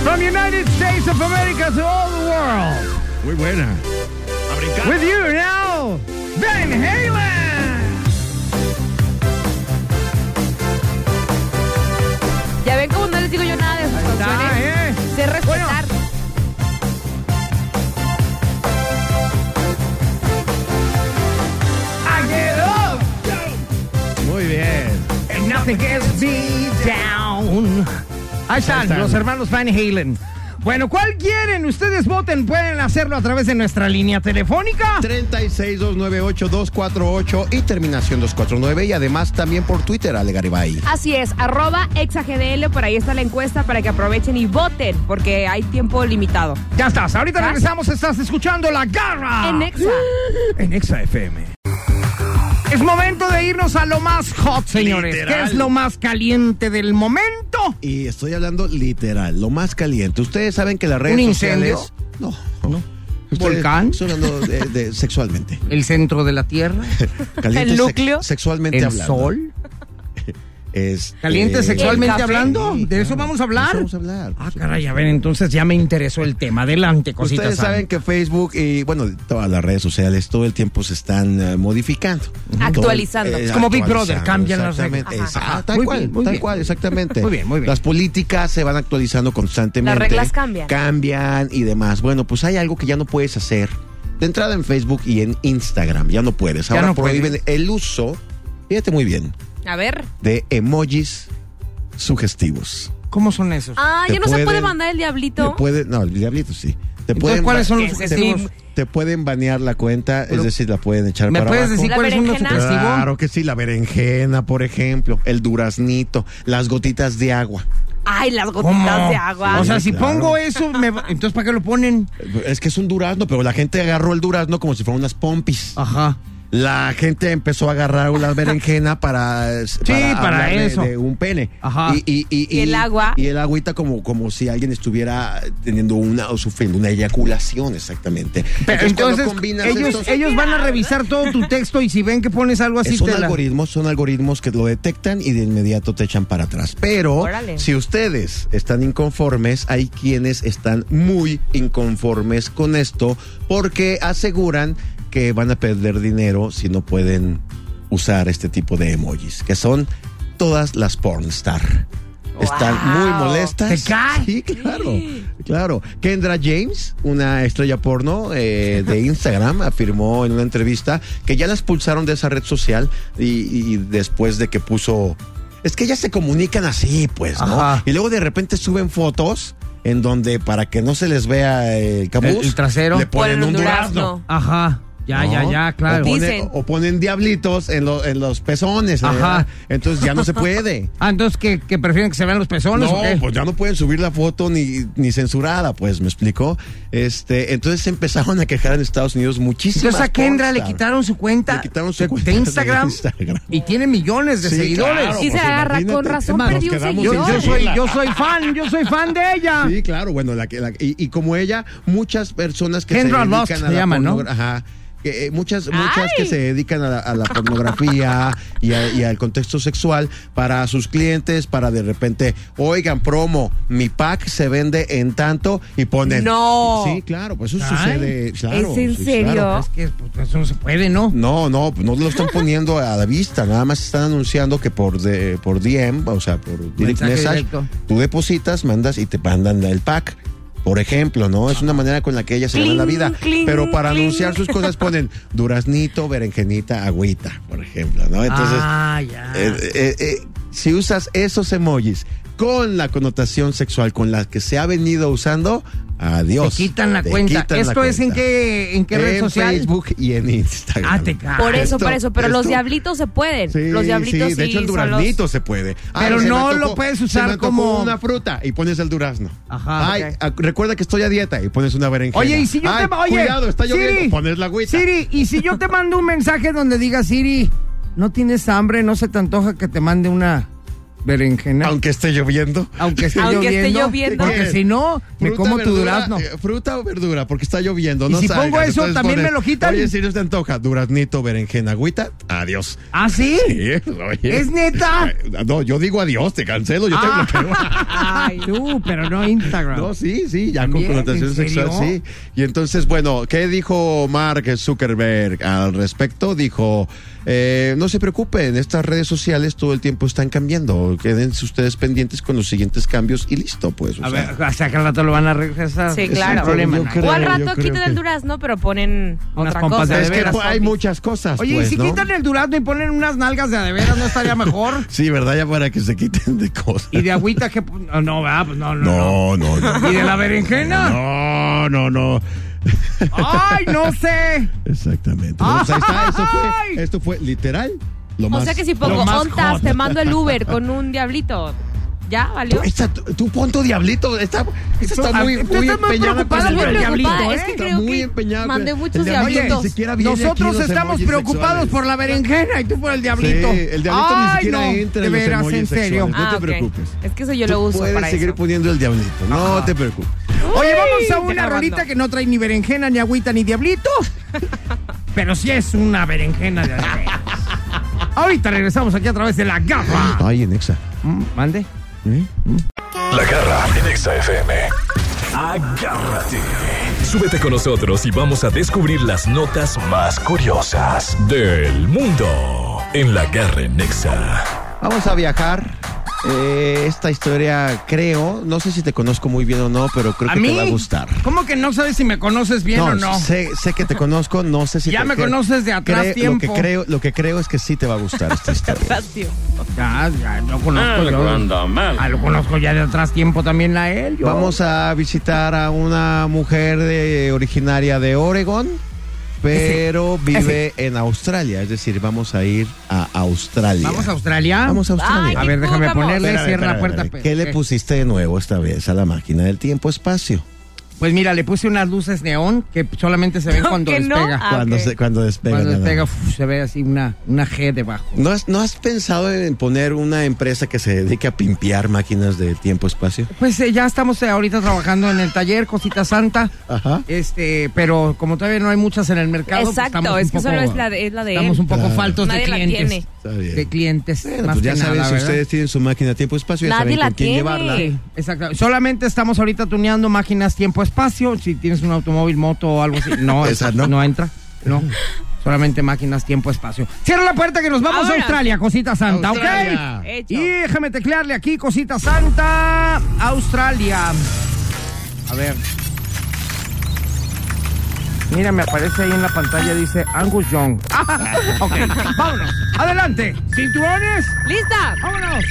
Speaker 1: from United States of America to all the world,
Speaker 3: Muy buena. A brincar.
Speaker 1: with you now, Van Halen.
Speaker 2: Ya ven cómo no les digo yo nada de sus canciones.
Speaker 1: Está, ¿eh?
Speaker 2: Sé respetar.
Speaker 1: I get up
Speaker 3: Muy bien.
Speaker 1: and nothing gets me down. Ahí están,
Speaker 3: están.
Speaker 1: los hermanos Van Halen. Bueno, ¿cuál quieren? Ustedes voten, pueden hacerlo a través de nuestra línea telefónica.
Speaker 3: 36298248 y terminación 249 y además también por Twitter, Ale Garibay.
Speaker 2: Así es, arroba exagdl, por ahí está la encuesta para que aprovechen y voten, porque hay tiempo limitado.
Speaker 1: Ya estás, ahorita
Speaker 2: ¿Ya?
Speaker 1: regresamos, estás escuchando La Garra.
Speaker 3: Ah.
Speaker 2: En Exa.
Speaker 1: en Exa FM. Es momento de irnos a lo más hot, señores.
Speaker 3: Literal.
Speaker 1: ¿Qué es lo más caliente del momento?
Speaker 3: Y estoy hablando literal, lo más caliente. Ustedes saben que las redes
Speaker 1: incendio?
Speaker 3: sociales. No, no. Ustedes-
Speaker 1: ¿Volcán?
Speaker 3: Estoy hablando de- de sexualmente.
Speaker 1: El centro de la Tierra,
Speaker 3: Caliente
Speaker 2: ¿El
Speaker 3: sex-
Speaker 2: núcleo?
Speaker 3: sexualmente
Speaker 1: el
Speaker 3: hablando.
Speaker 1: sol.
Speaker 3: Este-
Speaker 1: ¿Caliente sexualmente
Speaker 2: ¿El café?
Speaker 1: hablando?
Speaker 3: Sí,
Speaker 1: ¿De eso
Speaker 3: claro,
Speaker 1: vamos a hablar?
Speaker 3: de eso vamos a hablar.
Speaker 1: Ah, caray, a ver, entonces ya me interesó el tema. Adelante, cositas.
Speaker 3: Ustedes saben que Facebook y, bueno, todas las redes sociales todo el tiempo se están eh, modificando.
Speaker 2: Actualizando.
Speaker 3: Todo el- eh,
Speaker 1: Es como Big Brother,
Speaker 3: actualizando,
Speaker 1: cambian las reglas.
Speaker 3: exactamente,
Speaker 2: Ajá.
Speaker 3: exacto,
Speaker 1: Ajá.
Speaker 3: tal
Speaker 1: Muy
Speaker 3: cual,
Speaker 1: bien, muy
Speaker 3: tal
Speaker 1: bien.
Speaker 3: cual, exactamente.
Speaker 1: Muy bien, muy bien.
Speaker 3: Las políticas se van actualizando constantemente.
Speaker 2: Las reglas cambian.
Speaker 3: Cambian y demás. Bueno, pues hay algo que ya no puedes hacer. De entrada en Facebook y en Instagram, ya no puedes.
Speaker 1: Ya
Speaker 3: Ahora
Speaker 1: no puedes.
Speaker 3: prohíben el uso, fíjate muy bien,
Speaker 2: A ver.
Speaker 3: de emojis sugestivos.
Speaker 1: ¿Cómo son esos?
Speaker 2: Ah,
Speaker 3: Te
Speaker 2: ya no se puede
Speaker 3: pueden-
Speaker 2: mandar el diablito.
Speaker 3: Te puede, no, el diablito sí. Te
Speaker 1: Entonces,
Speaker 3: pueden
Speaker 1: ¿cuáles son
Speaker 3: ba-
Speaker 1: los
Speaker 2: Ese
Speaker 1: objetivos?
Speaker 2: sí.
Speaker 3: Te pueden banear la cuenta, es
Speaker 1: Pero-
Speaker 3: decir, la pueden echar
Speaker 1: ¿Me
Speaker 3: para
Speaker 1: puedes
Speaker 3: abajo.
Speaker 1: decir
Speaker 2: La
Speaker 1: cuáles son los
Speaker 2: berenjena.
Speaker 1: objetivos?
Speaker 3: Claro que sí, la berenjena, por ejemplo, el duraznito, las gotitas de agua.
Speaker 2: Ay, las gotitas
Speaker 1: ¿Cómo?
Speaker 2: de agua.
Speaker 1: O sea, si
Speaker 3: claro.
Speaker 1: pongo eso, me va- entonces ¿para qué lo ponen?
Speaker 3: Es que es un durazno, pero la gente agarró el durazno como si fueran unas pompis.
Speaker 1: Ajá.
Speaker 3: La gente empezó a agarrar la berenjena para,
Speaker 1: para
Speaker 3: hablar de-
Speaker 1: eso.
Speaker 3: De, un pene.
Speaker 1: Ajá.
Speaker 3: Y, y- y-
Speaker 2: Y el agua.
Speaker 3: Y el agüita como, como si alguien estuviera teniendo una o sufriendo una eyaculación, exactamente.
Speaker 1: Pero entonces,
Speaker 3: cuando combinas
Speaker 1: ellos,
Speaker 3: estos-
Speaker 1: ellos van a revisar todo tu texto y si ven que pones algo así,
Speaker 3: son
Speaker 1: te la-
Speaker 3: algoritmos, son algoritmos que lo detectan y de inmediato te echan para atrás. Pero
Speaker 2: Órale.
Speaker 3: si ustedes están inconformes, hay quienes están muy inconformes con esto porque aseguran que van a perder dinero si no pueden usar este tipo de emojis, que son todas las pornstar. Están muy
Speaker 2: Wow.
Speaker 3: molestas.
Speaker 1: ¿Te cae?
Speaker 3: Sí, claro. Claro. Kendra James, una estrella porno eh, de Instagram, afirmó en una entrevista que ya la expulsaron de esa red social y, y después de que puso. Es que ellas se comunican así, pues, ¿no?
Speaker 1: Ajá.
Speaker 3: Y luego de repente suben fotos en donde para que no se les vea el cabuz,
Speaker 1: El- el trasero.
Speaker 3: le ponen
Speaker 2: Ponen un
Speaker 3: un durazno.
Speaker 2: durazno.
Speaker 1: Ajá. Ya,
Speaker 3: ¿no?
Speaker 1: ya, ya, claro.
Speaker 3: O ponen,
Speaker 2: Dicen.
Speaker 3: o ponen diablitos en, lo- en los pezones. ¿eh?
Speaker 1: Ajá.
Speaker 3: Entonces ya no se puede.
Speaker 1: Ah, entonces, ¿qué, qué prefieren que se vean los pezones
Speaker 3: No,
Speaker 1: o qué?
Speaker 3: pues ya no pueden subir la foto ni, ni censurada, pues, ¿me explicó? Este, entonces se empezaron a quejar en Estados Unidos muchísimas
Speaker 1: Entonces a Kendra le
Speaker 3: pornstar.
Speaker 1: quitaron su cuenta,
Speaker 3: Le quitaron su
Speaker 1: de,
Speaker 3: cuenta
Speaker 1: de
Speaker 3: de
Speaker 1: Instagram,
Speaker 3: Instagram.
Speaker 1: y tiene millones de
Speaker 3: Sí,
Speaker 1: seguidores.
Speaker 3: claro,
Speaker 2: Sí, se
Speaker 3: pues,
Speaker 2: agarra,
Speaker 3: imagínate.
Speaker 2: con razón
Speaker 3: Nos
Speaker 2: perdí un
Speaker 3: quedamos
Speaker 1: Yo,
Speaker 3: sin
Speaker 2: seguidor.
Speaker 1: yo soy,
Speaker 3: seguirla.
Speaker 1: yo soy fan, yo soy fan de ella.
Speaker 3: Sí, claro, bueno, la que- la- y, y como ella, muchas personas que
Speaker 1: Kendra
Speaker 3: se dedican
Speaker 1: Lust
Speaker 3: a la
Speaker 1: se llama, ¿no?
Speaker 3: pornogra- ajá, que, eh, muchas muchas
Speaker 2: ¡Ay!
Speaker 3: que se dedican a la, a la pornografía y, a- y al contexto sexual para sus clientes, para de repente, oigan, promo, mi pack se vende en tanto y ponen.
Speaker 2: No.
Speaker 3: Sí, claro, pues eso
Speaker 1: Ay,
Speaker 3: sucede. Claro,
Speaker 2: ¿es en
Speaker 3: sí,
Speaker 2: serio?
Speaker 3: claro.
Speaker 1: Es que pues, eso no se puede, ¿no?
Speaker 3: No, no, no lo están poniendo a la vista, nada más están anunciando que por de- por DM, o sea, por direct
Speaker 1: Mensaje
Speaker 3: message,
Speaker 1: directo.
Speaker 3: tú depositas, mandas y te mandan el pack. Por ejemplo, ¿no? Es una manera con la que ellas se ganan la
Speaker 2: Cling,
Speaker 3: vida.
Speaker 2: cling,
Speaker 3: Pero para
Speaker 2: cling.
Speaker 3: anunciar sus cosas ponen duraznito, berenjenita, agüita, por ejemplo, ¿no? Entonces,
Speaker 1: ah, ya.
Speaker 3: eh, eh, eh, si usas esos emojis con la connotación sexual con la que se ha venido usando, adiós.
Speaker 1: te quitan la
Speaker 3: Te
Speaker 1: cuenta.
Speaker 3: quitan la
Speaker 1: ¿Esto es en
Speaker 3: cuenta.
Speaker 1: qué, en qué red
Speaker 3: en
Speaker 1: social?
Speaker 3: Facebook y en Instagram.
Speaker 1: Ah, te ca-
Speaker 2: Por eso,
Speaker 3: Esto-
Speaker 2: por eso. Pero los
Speaker 3: esto-
Speaker 2: diablitos se pueden.
Speaker 3: Sí,
Speaker 2: los diablitos
Speaker 3: sí, de hecho el
Speaker 2: son los-
Speaker 3: duraznito se puede. Ah,
Speaker 1: Pero
Speaker 3: se me
Speaker 1: no lo puedes
Speaker 3: se me
Speaker 1: usar
Speaker 3: antojó
Speaker 1: como-
Speaker 3: una fruta y pones el durazno.
Speaker 1: Ajá,
Speaker 3: Ay,
Speaker 1: ok.
Speaker 3: a- recuerda que estoy a dieta y pones una berenjena.
Speaker 1: Oye, y si yo
Speaker 3: Ay,
Speaker 1: te oye,
Speaker 3: cuidado, está lloviendo, pones la agüita.
Speaker 1: Siri, y si yo te mando un mensaje donde diga Siri, no tienes hambre, no se te antoja que te mande una berenjena.
Speaker 3: aunque esté lloviendo.
Speaker 1: Aunque esté
Speaker 2: Aunque esté
Speaker 1: lloviendo.
Speaker 2: lloviendo.
Speaker 1: Porque si no, me
Speaker 3: Fruta,
Speaker 1: como tu
Speaker 3: verdura,
Speaker 1: durazno.
Speaker 3: eh, fruta o verdura, porque está lloviendo.
Speaker 1: Y
Speaker 3: no
Speaker 1: si
Speaker 3: salgas.
Speaker 1: pongo eso,
Speaker 3: Entonces
Speaker 1: ¿también me lo quitan?
Speaker 3: Oye, si no te antoja, duraznito, berenjena, agüita, adiós.
Speaker 1: ¿Ah, sí?
Speaker 3: Sí, oye.
Speaker 1: ¿Es neta?
Speaker 3: Ay, No, yo digo adiós, te cancelo, yo
Speaker 1: Ah.
Speaker 3: te bloqueo.
Speaker 1: Ay, tú, pero no Instagram.
Speaker 3: No, sí, sí, ya con
Speaker 1: También,
Speaker 3: connotación
Speaker 1: ¿en
Speaker 3: sexual, sí.
Speaker 1: serio?
Speaker 3: Y entonces, bueno, ¿qué dijo Mark Zuckerberg al respecto? Dijo, eh, no se preocupen, estas redes sociales todo el tiempo están cambiando. Quédense ustedes pendientes con los siguientes cambios y listo, pues. o
Speaker 1: A
Speaker 3: sea,
Speaker 1: ver, hasta que al rato lo van a regresar.
Speaker 2: Sí,
Speaker 1: Es
Speaker 2: claro.
Speaker 1: un problema,
Speaker 3: Yo
Speaker 1: ¿no?
Speaker 3: creo-
Speaker 2: O al
Speaker 3: yo
Speaker 2: rato
Speaker 3: creo
Speaker 2: quitan
Speaker 3: que-
Speaker 2: el durazno, pero ponen
Speaker 1: Unas
Speaker 2: otra
Speaker 1: pompas
Speaker 2: cosa.
Speaker 1: de
Speaker 3: es que
Speaker 1: veras,
Speaker 3: pues, hay
Speaker 2: zombies.
Speaker 3: muchas cosas.
Speaker 1: Oye,
Speaker 3: pues,
Speaker 1: y si
Speaker 3: ¿no?
Speaker 1: quitan el durazno y ponen unas nalgas de a de veras, ¿no estaría mejor?
Speaker 3: Sí, ¿verdad? Ya para que se quiten de cosas.
Speaker 1: Y de agüita que... No, no, ¿verdad? Pues no, no,
Speaker 3: No, no,
Speaker 1: no.
Speaker 3: no.
Speaker 1: ¿Y de la berenjena?
Speaker 3: No, no, no.
Speaker 1: ¡Ay, no sé!
Speaker 3: Exactamente. Pues, ahí está, esto fue, esto fue literal lo
Speaker 2: O
Speaker 3: más.
Speaker 2: sea que si pongo
Speaker 1: lo más
Speaker 2: ontas,
Speaker 1: hot.
Speaker 2: te mando el Uber con un diablito. ¿Ya valió?
Speaker 3: Esta, tu punto diablito, está, esta
Speaker 1: Tú-
Speaker 3: está
Speaker 1: a-
Speaker 3: muy,
Speaker 1: tú
Speaker 3: muy
Speaker 1: estás muy
Speaker 3: empeñada
Speaker 1: preocupada
Speaker 3: con
Speaker 1: por el
Speaker 3: diablito,
Speaker 1: diablito,
Speaker 3: ¿eh?
Speaker 1: es que
Speaker 3: Está
Speaker 2: creo
Speaker 3: muy
Speaker 2: que
Speaker 3: empeñada.
Speaker 2: mandé
Speaker 3: con-
Speaker 2: muchos
Speaker 3: el diablito ni
Speaker 2: diablitos.
Speaker 3: siquiera viene aquí
Speaker 1: Nosotros
Speaker 3: los
Speaker 1: estamos
Speaker 3: emojis
Speaker 1: preocupados
Speaker 3: sexuales.
Speaker 1: por la berenjena y tú por el
Speaker 3: Sí,
Speaker 1: diablito.
Speaker 3: el diablito
Speaker 1: Ay,
Speaker 3: ni siquiera
Speaker 1: no,
Speaker 3: entra
Speaker 1: de
Speaker 3: en los
Speaker 1: veras,
Speaker 3: emojis
Speaker 1: en serio.
Speaker 3: sexuales,
Speaker 2: Ah,
Speaker 3: No
Speaker 2: ok.
Speaker 3: te preocupes.
Speaker 2: Es que eso yo
Speaker 3: Tú
Speaker 2: lo uso
Speaker 3: puedes
Speaker 2: para
Speaker 3: seguir
Speaker 2: eso.
Speaker 3: poniendo el diablito, no te preocupes.
Speaker 2: Ah,
Speaker 1: Oye, vamos a una
Speaker 2: déjalo,
Speaker 1: rolita
Speaker 2: Armando.
Speaker 1: que no trae ni berenjena, ni agüita, ni diablito. Pero sí es una berenjena de las veras. Ahorita regresamos aquí a través de la garra.
Speaker 3: Ay, en Exa.
Speaker 1: Mm, Mande.
Speaker 4: La garra en Exa FM. Agárrate. Súbete con nosotros y vamos a descubrir las notas más curiosas del mundo en la garra en Exa.
Speaker 3: Vamos a viajar. Eh, esta historia creo, no sé si te conozco muy bien o no, pero creo
Speaker 1: ¿A
Speaker 3: que
Speaker 1: mí?
Speaker 3: te va a gustar.
Speaker 1: ¿Cómo que no sabes si me conoces bien o no?
Speaker 3: Sé, sé que te conozco, no sé si
Speaker 1: Ya
Speaker 3: te-
Speaker 1: me
Speaker 3: creo-
Speaker 1: conoces de atrás
Speaker 3: Lo que,
Speaker 1: tiempo.
Speaker 3: creo, lo que creo es que sí te va a gustar esta historia.
Speaker 2: Gracias.
Speaker 1: Ya, ya, lo conozco. yo. Ah, lo conozco ya de atrás tiempo también a él. yo.
Speaker 3: Vamos a visitar a una mujer de- eh, originaria de Oregón, pero vive en Australia. Es decir, vamos a ir a Australia. Ah,
Speaker 1: Vamos a Australia.
Speaker 3: Vamos a Australia.
Speaker 1: A
Speaker 2: Ay,
Speaker 1: ver, déjame
Speaker 2: Vamos.
Speaker 1: ponerle,
Speaker 3: Espérame,
Speaker 1: cierra
Speaker 3: espérame,
Speaker 1: la puerta.
Speaker 3: espérame.
Speaker 1: pe-
Speaker 3: ¿Qué le
Speaker 1: eh.
Speaker 3: pusiste de nuevo esta vez a la máquina del tiempo-espacio?
Speaker 1: Pues mira, le puse unas luces neón que solamente se ven
Speaker 2: No,
Speaker 1: cuando
Speaker 2: que no.
Speaker 1: despega.
Speaker 2: Ah,
Speaker 3: cuando,
Speaker 2: ok.
Speaker 3: se- cuando despega.
Speaker 1: cuando
Speaker 3: nada
Speaker 1: despega
Speaker 3: más.
Speaker 1: uf, se ve así una, una G debajo.
Speaker 3: ¿No has, ¿No has pensado en poner una empresa que se dedique a pimpear máquinas del tiempo-espacio?
Speaker 1: Pues eh, ya estamos eh, ahorita trabajando en el taller, cosita santa.
Speaker 3: Ajá.
Speaker 1: Este, pero como todavía no hay muchas en el mercado, pues,
Speaker 2: Exacto,
Speaker 1: estamos un
Speaker 2: es que
Speaker 1: poco-
Speaker 2: solo es la de, es la de
Speaker 1: Estamos
Speaker 2: él.
Speaker 1: un poco
Speaker 3: Claro.
Speaker 1: faltos
Speaker 2: Nadie
Speaker 1: de
Speaker 2: la
Speaker 1: clientes.
Speaker 2: tiene.
Speaker 3: Está bien.
Speaker 1: De clientes.
Speaker 3: Bueno,
Speaker 1: más
Speaker 3: pues ya
Speaker 1: que
Speaker 3: saben
Speaker 1: nada,
Speaker 3: si
Speaker 1: ¿verdad?
Speaker 3: ustedes tienen su máquina tiempo-espacio, ya
Speaker 2: Nadie
Speaker 3: saben
Speaker 2: la
Speaker 3: con quién
Speaker 2: tiene.
Speaker 3: llevarla.
Speaker 1: Sí, exacto. Solamente estamos ahorita tuneando máquinas tiempo-espacio. Si tienes un automóvil, moto o algo así. No,
Speaker 3: Esa
Speaker 1: no.
Speaker 3: no.
Speaker 1: entra. No. Solamente máquinas tiempo-espacio. Cierra la puerta que nos vamos a
Speaker 2: Ahora.
Speaker 1: Australia, cosita santa,
Speaker 3: Australia.
Speaker 1: ¿ok?
Speaker 2: Hecho.
Speaker 1: Y déjame teclearle aquí, cosita santa, Australia. A ver. Mira, me aparece ahí en la pantalla, dice Angus Young. ok, vámonos. Adelante. Cinturones.
Speaker 2: ¡Lista! ¡Ah!
Speaker 1: Vámonos.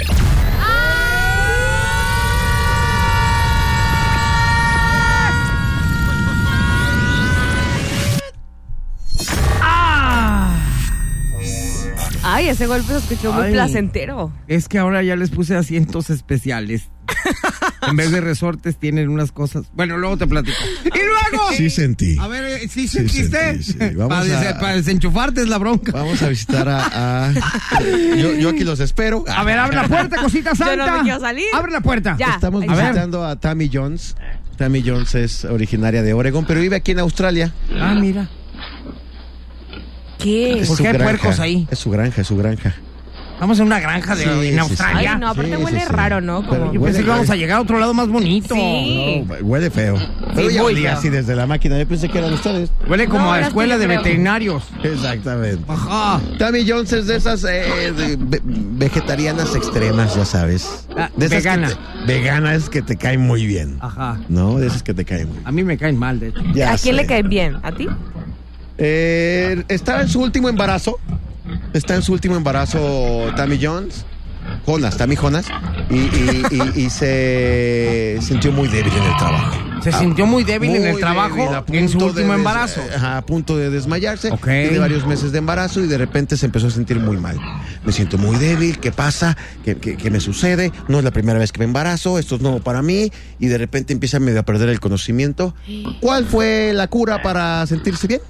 Speaker 2: Ay, ese golpe se escuchó muy
Speaker 1: Ay.
Speaker 2: placentero.
Speaker 1: Es que ahora ya les puse asientos especiales. en vez de resortes tienen unas cosas. Bueno, luego te platico. Y luego.
Speaker 3: Sí sentí.
Speaker 1: A ver, eh, ¿sí
Speaker 3: Sí
Speaker 1: sentiste?
Speaker 3: sentí, sí. Vamos
Speaker 1: para, des-
Speaker 3: a-
Speaker 1: para desenchufarte es la bronca.
Speaker 3: Vamos a visitar a. a- Yo, yo aquí los espero.
Speaker 1: A ver, abre la puerta, cosita
Speaker 2: no
Speaker 1: santa.
Speaker 2: me quiero salir.
Speaker 1: Abre la puerta.
Speaker 2: Ya.
Speaker 3: Estamos
Speaker 2: ahí está.
Speaker 3: visitando a Tammy Jones. Tammy Jones es originaria de Oregon, pero vive aquí en Australia.
Speaker 1: Ah, mira.
Speaker 2: ¿Qué?
Speaker 3: Es
Speaker 1: ¿Por
Speaker 3: su
Speaker 1: qué hay
Speaker 3: granja.
Speaker 1: puercos ahí?
Speaker 3: Es su granja, es su granja.
Speaker 1: Vamos a una granja de,
Speaker 3: Sí,
Speaker 1: en
Speaker 3: sí, sí.
Speaker 2: Ay,
Speaker 1: Australia.
Speaker 2: no, aparte
Speaker 3: Sí,
Speaker 2: huele
Speaker 3: sí, sí.
Speaker 2: raro, ¿no?
Speaker 3: Pero
Speaker 2: Como-
Speaker 3: yo-
Speaker 1: Pensé que
Speaker 3: Huele-
Speaker 1: íbamos a llegar a otro lado más bonito.
Speaker 2: Sí.
Speaker 3: No, huele feo. Pero ya
Speaker 1: muy
Speaker 3: olía
Speaker 1: feo.
Speaker 3: así desde la máquina. Yo pensé que eran ustedes.
Speaker 1: Huele como
Speaker 2: No,
Speaker 1: a
Speaker 2: ahora sí
Speaker 1: escuela
Speaker 2: yo
Speaker 1: de
Speaker 2: creo.
Speaker 1: veterinarios.
Speaker 3: Exactamente.
Speaker 1: Ajá.
Speaker 3: Tammy Jones es de esas eh, de- ve- vegetarianas extremas, ya sabes.
Speaker 1: Ah,
Speaker 3: De esas
Speaker 1: vegana. Ah.
Speaker 3: que te- vegana es que te caen muy bien.
Speaker 1: Ajá.
Speaker 3: No, de esas que te caen muy bien.
Speaker 1: A mí me caen mal, de hecho.
Speaker 3: Ya
Speaker 2: ¿A quién
Speaker 3: sé.
Speaker 2: le cae bien? ¿A ti?
Speaker 3: Eh, está en su último embarazo. Está en su último embarazo Tammy Jones. Jonas, Tammy Jonas. Y, y- y- y se sintió muy débil en el trabajo.
Speaker 1: Se sintió muy débil en
Speaker 3: Muy
Speaker 1: el trabajo
Speaker 3: débil, a punto
Speaker 1: en su
Speaker 3: de
Speaker 1: último
Speaker 3: des-
Speaker 1: embarazo.
Speaker 3: ajá, a punto de desmayarse.
Speaker 1: Ok.
Speaker 3: Tiene varios meses de embarazo y de repente se empezó a sentir muy mal. Me siento muy débil, ¿qué pasa? ¿Qué, qué- qué me sucede? No es la primera vez que me embarazo, esto es nuevo para mí. Y de repente empieza medio a perder el conocimiento. ¿Cuál fue la cura para sentirse bien?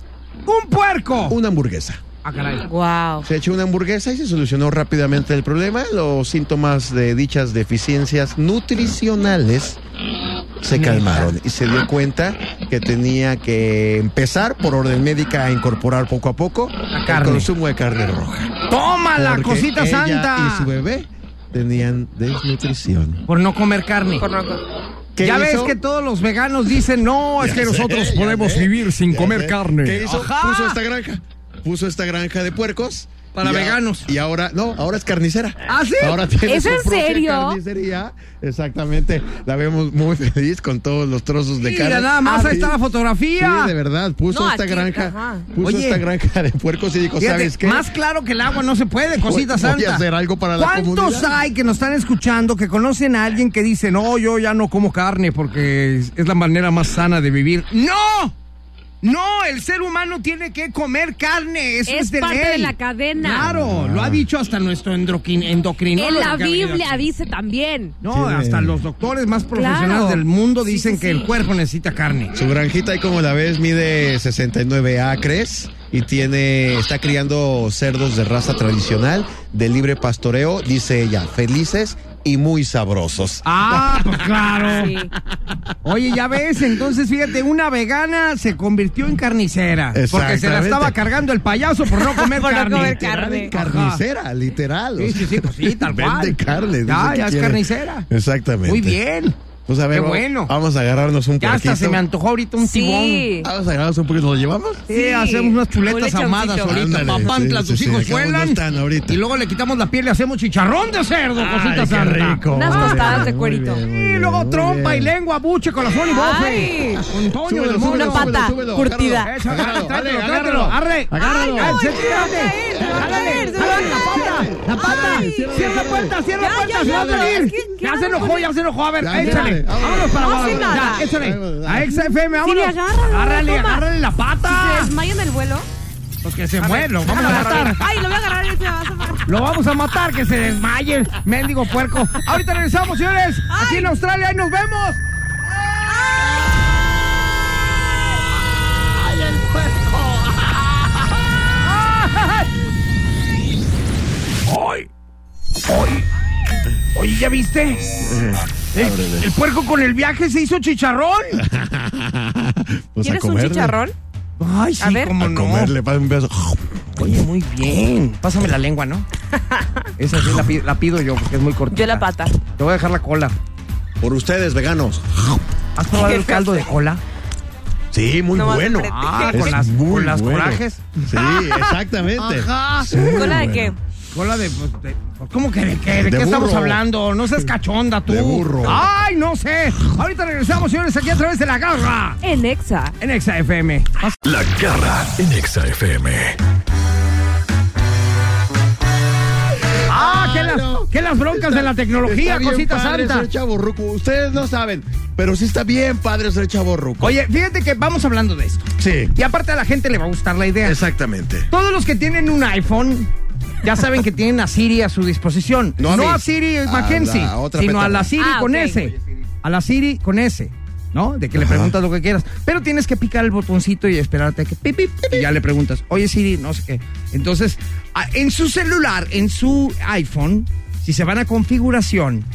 Speaker 1: ¡Un puerco!
Speaker 3: Una hamburguesa.
Speaker 1: Ah, caray.
Speaker 2: Wow.
Speaker 3: Se echó una hamburguesa y se solucionó rápidamente el problema. Los síntomas de dichas deficiencias nutricionales se calmaron y se dio cuenta que tenía que empezar por orden médica a incorporar poco a poco el
Speaker 1: carne.
Speaker 3: consumo de carne roja.
Speaker 1: ¡Toma la
Speaker 3: Porque
Speaker 1: cosita
Speaker 3: ella
Speaker 1: santa!
Speaker 3: Y su bebé tenían desnutrición.
Speaker 1: Por no comer carne.
Speaker 2: Por no co-
Speaker 3: ¿Qué
Speaker 1: ya ves
Speaker 3: hizo?
Speaker 1: que todos los veganos dicen, no, es que
Speaker 3: sé,
Speaker 1: nosotros
Speaker 3: ya
Speaker 1: podemos
Speaker 3: sé,
Speaker 1: vivir sin
Speaker 3: ya
Speaker 1: comer
Speaker 3: sé.
Speaker 1: carne.
Speaker 3: ¿Qué hizo?
Speaker 1: Ajá.
Speaker 3: Puso esta granja. Puso esta granja de puercos.
Speaker 1: Para
Speaker 3: Y a-
Speaker 1: veganos.
Speaker 3: y ahora, no, ahora es carnicera.
Speaker 1: ¿Ah, sí?
Speaker 3: Ahora tiene
Speaker 2: ¿Es
Speaker 3: su
Speaker 2: en
Speaker 3: propia
Speaker 2: serio?
Speaker 3: carnicería. Exactamente. La vemos muy feliz con todos los trozos de
Speaker 1: Mira,
Speaker 3: carne.
Speaker 1: nada más,
Speaker 3: Ah,
Speaker 1: ahí
Speaker 3: sí.
Speaker 1: está la fotografía.
Speaker 3: Sí, de verdad. Puso
Speaker 2: No,
Speaker 3: esta
Speaker 2: aquí,
Speaker 3: granja.
Speaker 2: ajá.
Speaker 3: Puso
Speaker 1: Oye.
Speaker 3: esta granja de puercos y dijo,
Speaker 1: Fíjate,
Speaker 3: ¿sabes qué?
Speaker 1: Más claro que el agua no se puede, cosita
Speaker 3: Voy-
Speaker 1: santa.
Speaker 3: voy a hacer algo para la
Speaker 1: ¿Cuántos
Speaker 3: comunidad?
Speaker 1: hay que nos están escuchando que conocen a alguien que dice, no, yo ya no como carne porque es es la manera más sana de vivir? ¡No! No, el ser humano tiene que comer carne, eso es,
Speaker 2: Es parte de
Speaker 1: ley.
Speaker 2: la cadena.
Speaker 1: Claro, lo ha dicho hasta nuestro endroquin- endocrinólogo.
Speaker 2: En la
Speaker 1: que ha venido
Speaker 2: Biblia
Speaker 1: aquí.
Speaker 2: dice también.
Speaker 1: No,
Speaker 3: Tiene-
Speaker 1: hasta los doctores más profesionales
Speaker 2: Claro.
Speaker 1: del mundo
Speaker 2: Sí,
Speaker 1: dicen
Speaker 2: sí,
Speaker 1: que
Speaker 2: sí.
Speaker 1: el cuerpo necesita carne.
Speaker 3: Su granjita, y como la ves, mide 69 acres y tiene, está criando cerdos de raza tradicional, de libre pastoreo, dice ella, felices y muy sabrosos.
Speaker 1: Ah, pues claro.
Speaker 2: Sí.
Speaker 1: Oye, ya ves, entonces fíjate, una vegana se convirtió en carnicera. Porque se la
Speaker 3: Exactamente.
Speaker 1: estaba cargando el payaso por no comer
Speaker 2: Por no
Speaker 1: carne.
Speaker 2: comer
Speaker 1: Literal,
Speaker 2: carne.
Speaker 1: ajá.
Speaker 3: Carnicera, literal.
Speaker 1: Sí, sí, sí, pues sí, tal cual.
Speaker 3: Vende carne. no sé
Speaker 1: Ya,
Speaker 3: qué
Speaker 1: ya es
Speaker 3: quiere.
Speaker 1: carnicera.
Speaker 3: Exactamente.
Speaker 1: Muy bien.
Speaker 3: Pues a ver,
Speaker 1: Qué
Speaker 3: va-
Speaker 1: bueno.
Speaker 3: vamos a agarrarnos un
Speaker 1: Ya hasta
Speaker 3: poquito.
Speaker 1: se me antojó ahorita un tibón.
Speaker 2: Sí.
Speaker 3: Vamos a agarrarnos un poquito. ¿Lo llevamos?
Speaker 1: Sí,
Speaker 2: Sí,
Speaker 1: hacemos unas
Speaker 2: un
Speaker 1: chuletas
Speaker 2: lechoncito.
Speaker 1: amadas ahorita.
Speaker 3: Ándale,
Speaker 1: Papantla,
Speaker 3: sí,
Speaker 1: tus
Speaker 3: sí, sí,
Speaker 1: hijos
Speaker 3: acabo, no
Speaker 1: vuelan.
Speaker 3: están ahorita.
Speaker 1: Y luego le quitamos la piel y hacemos chicharrón de cerdo, cosita santa.
Speaker 2: Unas
Speaker 3: Muy
Speaker 2: tostadas
Speaker 3: bien,
Speaker 2: de
Speaker 3: muy
Speaker 2: cuerito.
Speaker 3: bien, muy
Speaker 1: Y
Speaker 3: bien,
Speaker 1: luego
Speaker 3: muy
Speaker 1: trompa y
Speaker 3: bien.
Speaker 1: lengua, buche, corazón y bofe.
Speaker 2: Ay.
Speaker 1: Con Toño del Mono.
Speaker 3: Súbelo, súbelo,
Speaker 2: Una pata
Speaker 3: súbelo,
Speaker 2: curtida.
Speaker 3: agárralo,
Speaker 1: Eso,
Speaker 3: agárralo,
Speaker 1: trátelo,
Speaker 3: dale,
Speaker 1: trátelo,
Speaker 3: agárralo.
Speaker 1: arre.
Speaker 3: Agárralo.
Speaker 1: Ay, se-
Speaker 2: se va a caer, se va a
Speaker 1: Jálale,
Speaker 2: caer, se va a
Speaker 1: jálale
Speaker 2: caer.
Speaker 1: la pata, la pata.
Speaker 2: Ay.
Speaker 1: Cierra la puerta, cierra la
Speaker 2: Ya,
Speaker 1: puerta,
Speaker 2: ya,
Speaker 1: se va a
Speaker 2: ya, pero
Speaker 1: venir.
Speaker 2: es que-
Speaker 1: Ya
Speaker 2: ya
Speaker 1: se
Speaker 2: no
Speaker 1: enojó,
Speaker 2: puede-
Speaker 1: ya se enojó. A ver,
Speaker 3: Ya,
Speaker 1: échale.
Speaker 3: ándale, vámonos.
Speaker 1: Vámonos para
Speaker 2: No
Speaker 1: abajo.
Speaker 2: hace nada.
Speaker 1: Ya, échale.
Speaker 3: Vámonos.
Speaker 1: A Exa FM, vámonos.
Speaker 2: agárralo,
Speaker 1: Agárrale,
Speaker 2: toma.
Speaker 1: agárrale la
Speaker 2: ¿Se
Speaker 1: pata.
Speaker 2: desmaya en el vuelo?
Speaker 1: Pues que se mueve, lo vamos a
Speaker 2: Agárralo.
Speaker 1: matar.
Speaker 2: Ay, lo voy a agarrar y te vas a matar.
Speaker 1: Lo vamos a matar, que se desmaye. Mendigo puerco. Ahorita regresamos, señores. Aquí en Australia y nos vemos.
Speaker 8: Hoy,
Speaker 1: Oye, ¿ya viste? Eh, El, el puerco con el viaje se hizo chicharrón.
Speaker 3: Pues a
Speaker 2: ¿Quieres un
Speaker 3: comerle.
Speaker 2: chicharrón?
Speaker 1: Ay, sí,
Speaker 2: A ver.
Speaker 1: cómo
Speaker 3: A
Speaker 1: no.
Speaker 3: comerle, pasa un beso.
Speaker 1: Oye, muy bien. Pásame la lengua, ¿no? Esa sí la, pi- la pido yo porque es muy cortita.
Speaker 2: Yo la pata.
Speaker 1: Te voy a dejar la cola.
Speaker 3: Por ustedes, veganos.
Speaker 1: ¿Has probado el caldo de cola?
Speaker 3: Sí, muy
Speaker 2: No más
Speaker 3: bueno.
Speaker 2: enfrente.
Speaker 1: Ah,
Speaker 3: Es
Speaker 1: con las,
Speaker 3: muy
Speaker 1: con las
Speaker 3: bueno.
Speaker 1: corajes.
Speaker 3: Sí, exactamente.
Speaker 1: Ajá.
Speaker 3: Sí, muy
Speaker 2: ¿Cola de qué?
Speaker 3: bueno.
Speaker 1: Cola de, pues, de- ¿Cómo que de qué? ¿De,
Speaker 3: De
Speaker 1: qué estamos
Speaker 3: burro.
Speaker 1: hablando? No seas cachonda tú.
Speaker 3: De burro.
Speaker 1: Ay, no sé. Ahorita regresamos, señores, aquí a través de la garra.
Speaker 2: En Exa.
Speaker 1: En Exa FM.
Speaker 4: La garra en Exa FM.
Speaker 1: Ah, que las,
Speaker 3: no.
Speaker 1: que las broncas de la tecnología,
Speaker 3: Está bien
Speaker 1: cosita
Speaker 3: padre
Speaker 1: santa.
Speaker 3: ser chavorruco. Ustedes no saben, pero sí está bien padre ser chaborruco.
Speaker 1: Oye, fíjate que vamos hablando de esto.
Speaker 3: Sí,
Speaker 1: Y aparte a la gente le va a gustar la idea.
Speaker 3: exactamente.
Speaker 1: Todos los que tienen un iPhone ya saben que tienen a Siri a su disposición.
Speaker 3: No
Speaker 1: No,
Speaker 3: a mí.
Speaker 1: a Siri
Speaker 3: A
Speaker 1: Mackenzie,
Speaker 3: la otra
Speaker 1: sino a la
Speaker 3: petarda.
Speaker 1: Siri
Speaker 2: Ah,
Speaker 1: con
Speaker 2: ok.
Speaker 1: S. A la Siri con S. ¿No? De que le
Speaker 3: Ajá.
Speaker 1: preguntas lo que quieras. Pero tienes que picar el botoncito y esperarte a que pip, pip, pip, y ya le preguntas, oye Siri, no sé qué. Entonces, a- en su celular, en su iPhone, si se van a configuración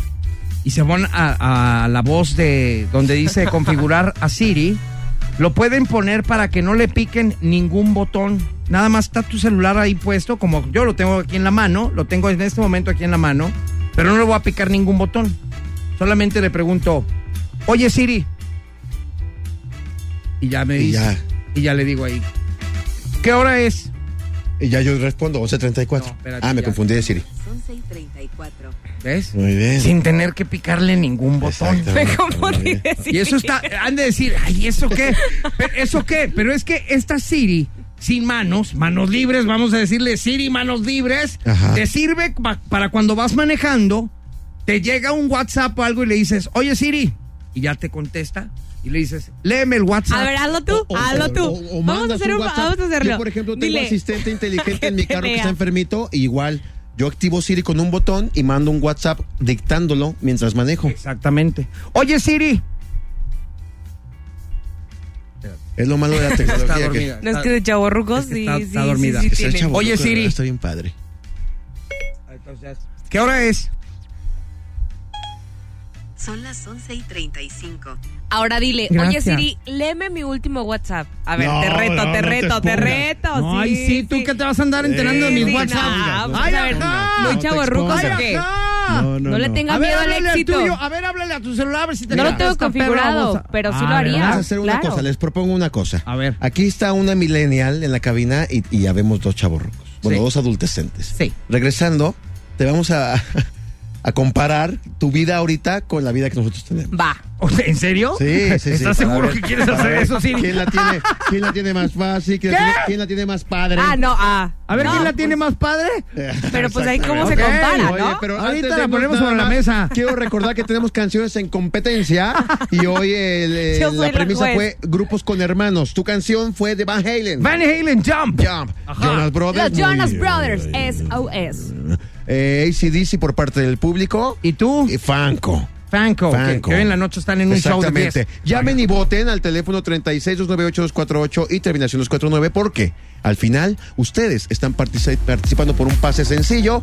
Speaker 1: y se van a, a la voz de donde dice configurar a Siri, lo pueden poner para que no le piquen ningún botón. Nada más está tu celular ahí puesto, como yo lo tengo aquí en la mano, lo tengo en este momento aquí en la mano, pero no le voy a picar ningún botón. Solamente le pregunto, oye Siri. Y ya me
Speaker 3: Y
Speaker 1: dice.
Speaker 3: ya.
Speaker 1: Y ya le digo ahí, ¿qué hora es?
Speaker 3: Y ya yo respondo, 11.34.
Speaker 1: No, espérate,
Speaker 3: ah, me
Speaker 1: ya.
Speaker 3: confundí de Siri.
Speaker 9: Son 6:34.
Speaker 1: ¿Ves?
Speaker 3: Muy bien.
Speaker 1: Sin tener que picarle ningún botón.
Speaker 3: Exactamente.
Speaker 2: Me confundí de
Speaker 1: Y eso está, han de decir, ay, ¿eso qué? Pero, ¿Eso qué? Pero es que esta Siri, sin manos, manos libres, vamos a decirle Siri, manos libres,
Speaker 3: Ajá.
Speaker 1: te sirve pa- para cuando vas manejando, te llega un WhatsApp o algo y le dices, oye Siri, y ya te contesta, y le dices, léeme el WhatsApp.
Speaker 2: A ver, hazlo tú,
Speaker 3: O- o-
Speaker 2: hazlo tú.
Speaker 3: o- o
Speaker 2: vamos, a
Speaker 3: mandas
Speaker 2: hacer un,
Speaker 3: WhatsApp.
Speaker 2: vamos a hacerlo.
Speaker 3: Yo, por ejemplo, tengo
Speaker 2: Dile,
Speaker 3: asistente inteligente en mi carro que
Speaker 2: Vea.
Speaker 3: está enfermito. y igual, yo activo Siri con un botón y mando un WhatsApp dictándolo mientras manejo.
Speaker 1: Exactamente. Oye Siri.
Speaker 3: Es lo malo de la
Speaker 1: Está
Speaker 3: tecnología. que
Speaker 1: dormida.
Speaker 2: No es que de chavorrucos,
Speaker 1: Es que
Speaker 2: sí,
Speaker 1: está-
Speaker 2: sí,
Speaker 1: está
Speaker 2: sí,
Speaker 1: dormida.
Speaker 2: sí,
Speaker 3: Es el
Speaker 2: tiene.
Speaker 3: chavo,
Speaker 1: Oye,
Speaker 3: creo que
Speaker 1: Siri.
Speaker 3: Está bien padre.
Speaker 1: Ah, ¿Qué hora es?
Speaker 9: Son las 11:35.
Speaker 2: Ahora dile,
Speaker 1: Gracias.
Speaker 2: oye Siri, léeme mi último WhatsApp. A ver,
Speaker 3: No,
Speaker 2: te reto,
Speaker 3: no,
Speaker 2: te
Speaker 3: no te
Speaker 2: reto, te,
Speaker 3: expongas.
Speaker 2: reto.
Speaker 1: Ay, Oh, sí, tú que te vas a andar enterando de mis
Speaker 2: Sí, no,
Speaker 1: WhatsApp.
Speaker 2: pues,
Speaker 1: Ay,
Speaker 2: a ver,
Speaker 1: ajá.
Speaker 2: muy
Speaker 3: No te
Speaker 2: chavorrucos
Speaker 1: Ay,
Speaker 3: expongas.
Speaker 2: o qué.
Speaker 1: ajá.
Speaker 2: No, le tengas
Speaker 1: A ver,
Speaker 2: miedo al
Speaker 1: háblale al
Speaker 2: éxito.
Speaker 1: tuyo. A ver, háblale a tu celular. A ver si te
Speaker 2: No lo
Speaker 1: contesta
Speaker 2: tengo
Speaker 1: esta
Speaker 2: configurado,
Speaker 1: perra babosa. Ah,
Speaker 2: pero sí lo haría.
Speaker 1: ¿verdad?
Speaker 3: Vamos a hacer una
Speaker 2: claro.
Speaker 3: cosa, les propongo una cosa.
Speaker 1: A ver.
Speaker 3: Aquí está una millennial en la cabina y, y ya vemos dos chavorrucos. Bueno,
Speaker 1: Sí.
Speaker 3: dos adultescentes.
Speaker 1: Sí.
Speaker 3: Regresando, te vamos a, a comparar tu vida ahorita con la vida que nosotros tenemos.
Speaker 2: Va.
Speaker 1: O sea, ¿En serio?
Speaker 3: Sí, sí, sí.
Speaker 1: ¿Estás
Speaker 3: para
Speaker 1: seguro
Speaker 3: ver-
Speaker 1: que quieres
Speaker 3: para
Speaker 1: hacer
Speaker 3: ver
Speaker 1: eso, Siri?
Speaker 3: ¿Quién la tiene, quién la tiene más fácil? ¿Quién, la
Speaker 1: ¿Qué?
Speaker 3: tiene, quién la tiene más padre?
Speaker 2: Ah, no, ah.
Speaker 1: A ver,
Speaker 2: No,
Speaker 1: ¿quién la
Speaker 2: pues,
Speaker 1: tiene más padre?
Speaker 2: Pero pues ahí cómo se
Speaker 3: Ok.
Speaker 2: compara,
Speaker 3: Oye,
Speaker 2: ¿no?
Speaker 3: pero
Speaker 1: Ahorita
Speaker 3: antes de
Speaker 1: la
Speaker 3: irnos
Speaker 1: ponemos
Speaker 3: nada
Speaker 1: sobre la
Speaker 3: más,
Speaker 1: mesa.
Speaker 3: Quiero recordar que tenemos canciones en competencia y hoy el, eh,
Speaker 2: Yo
Speaker 3: la
Speaker 2: fui la
Speaker 3: premisa
Speaker 2: juez.
Speaker 3: fue grupos con hermanos. Tu canción fue de Van Halen.
Speaker 1: Van Halen Jump.
Speaker 3: Jump. Jonas Brothers.
Speaker 2: Los Jonas
Speaker 3: muy-
Speaker 2: Brothers, SOS.
Speaker 3: Eh, ACDC por parte del público.
Speaker 1: ¿Y tú?
Speaker 3: Y Fanco.
Speaker 1: Franco, que-
Speaker 3: Franco.
Speaker 1: Que, hoy en la noche están en un show de
Speaker 3: Exactamente.
Speaker 1: 10.
Speaker 3: Llamen y voten al teléfono 36-298-248 y terminación 249 porque al final ustedes están partici- participando por un pase sencillo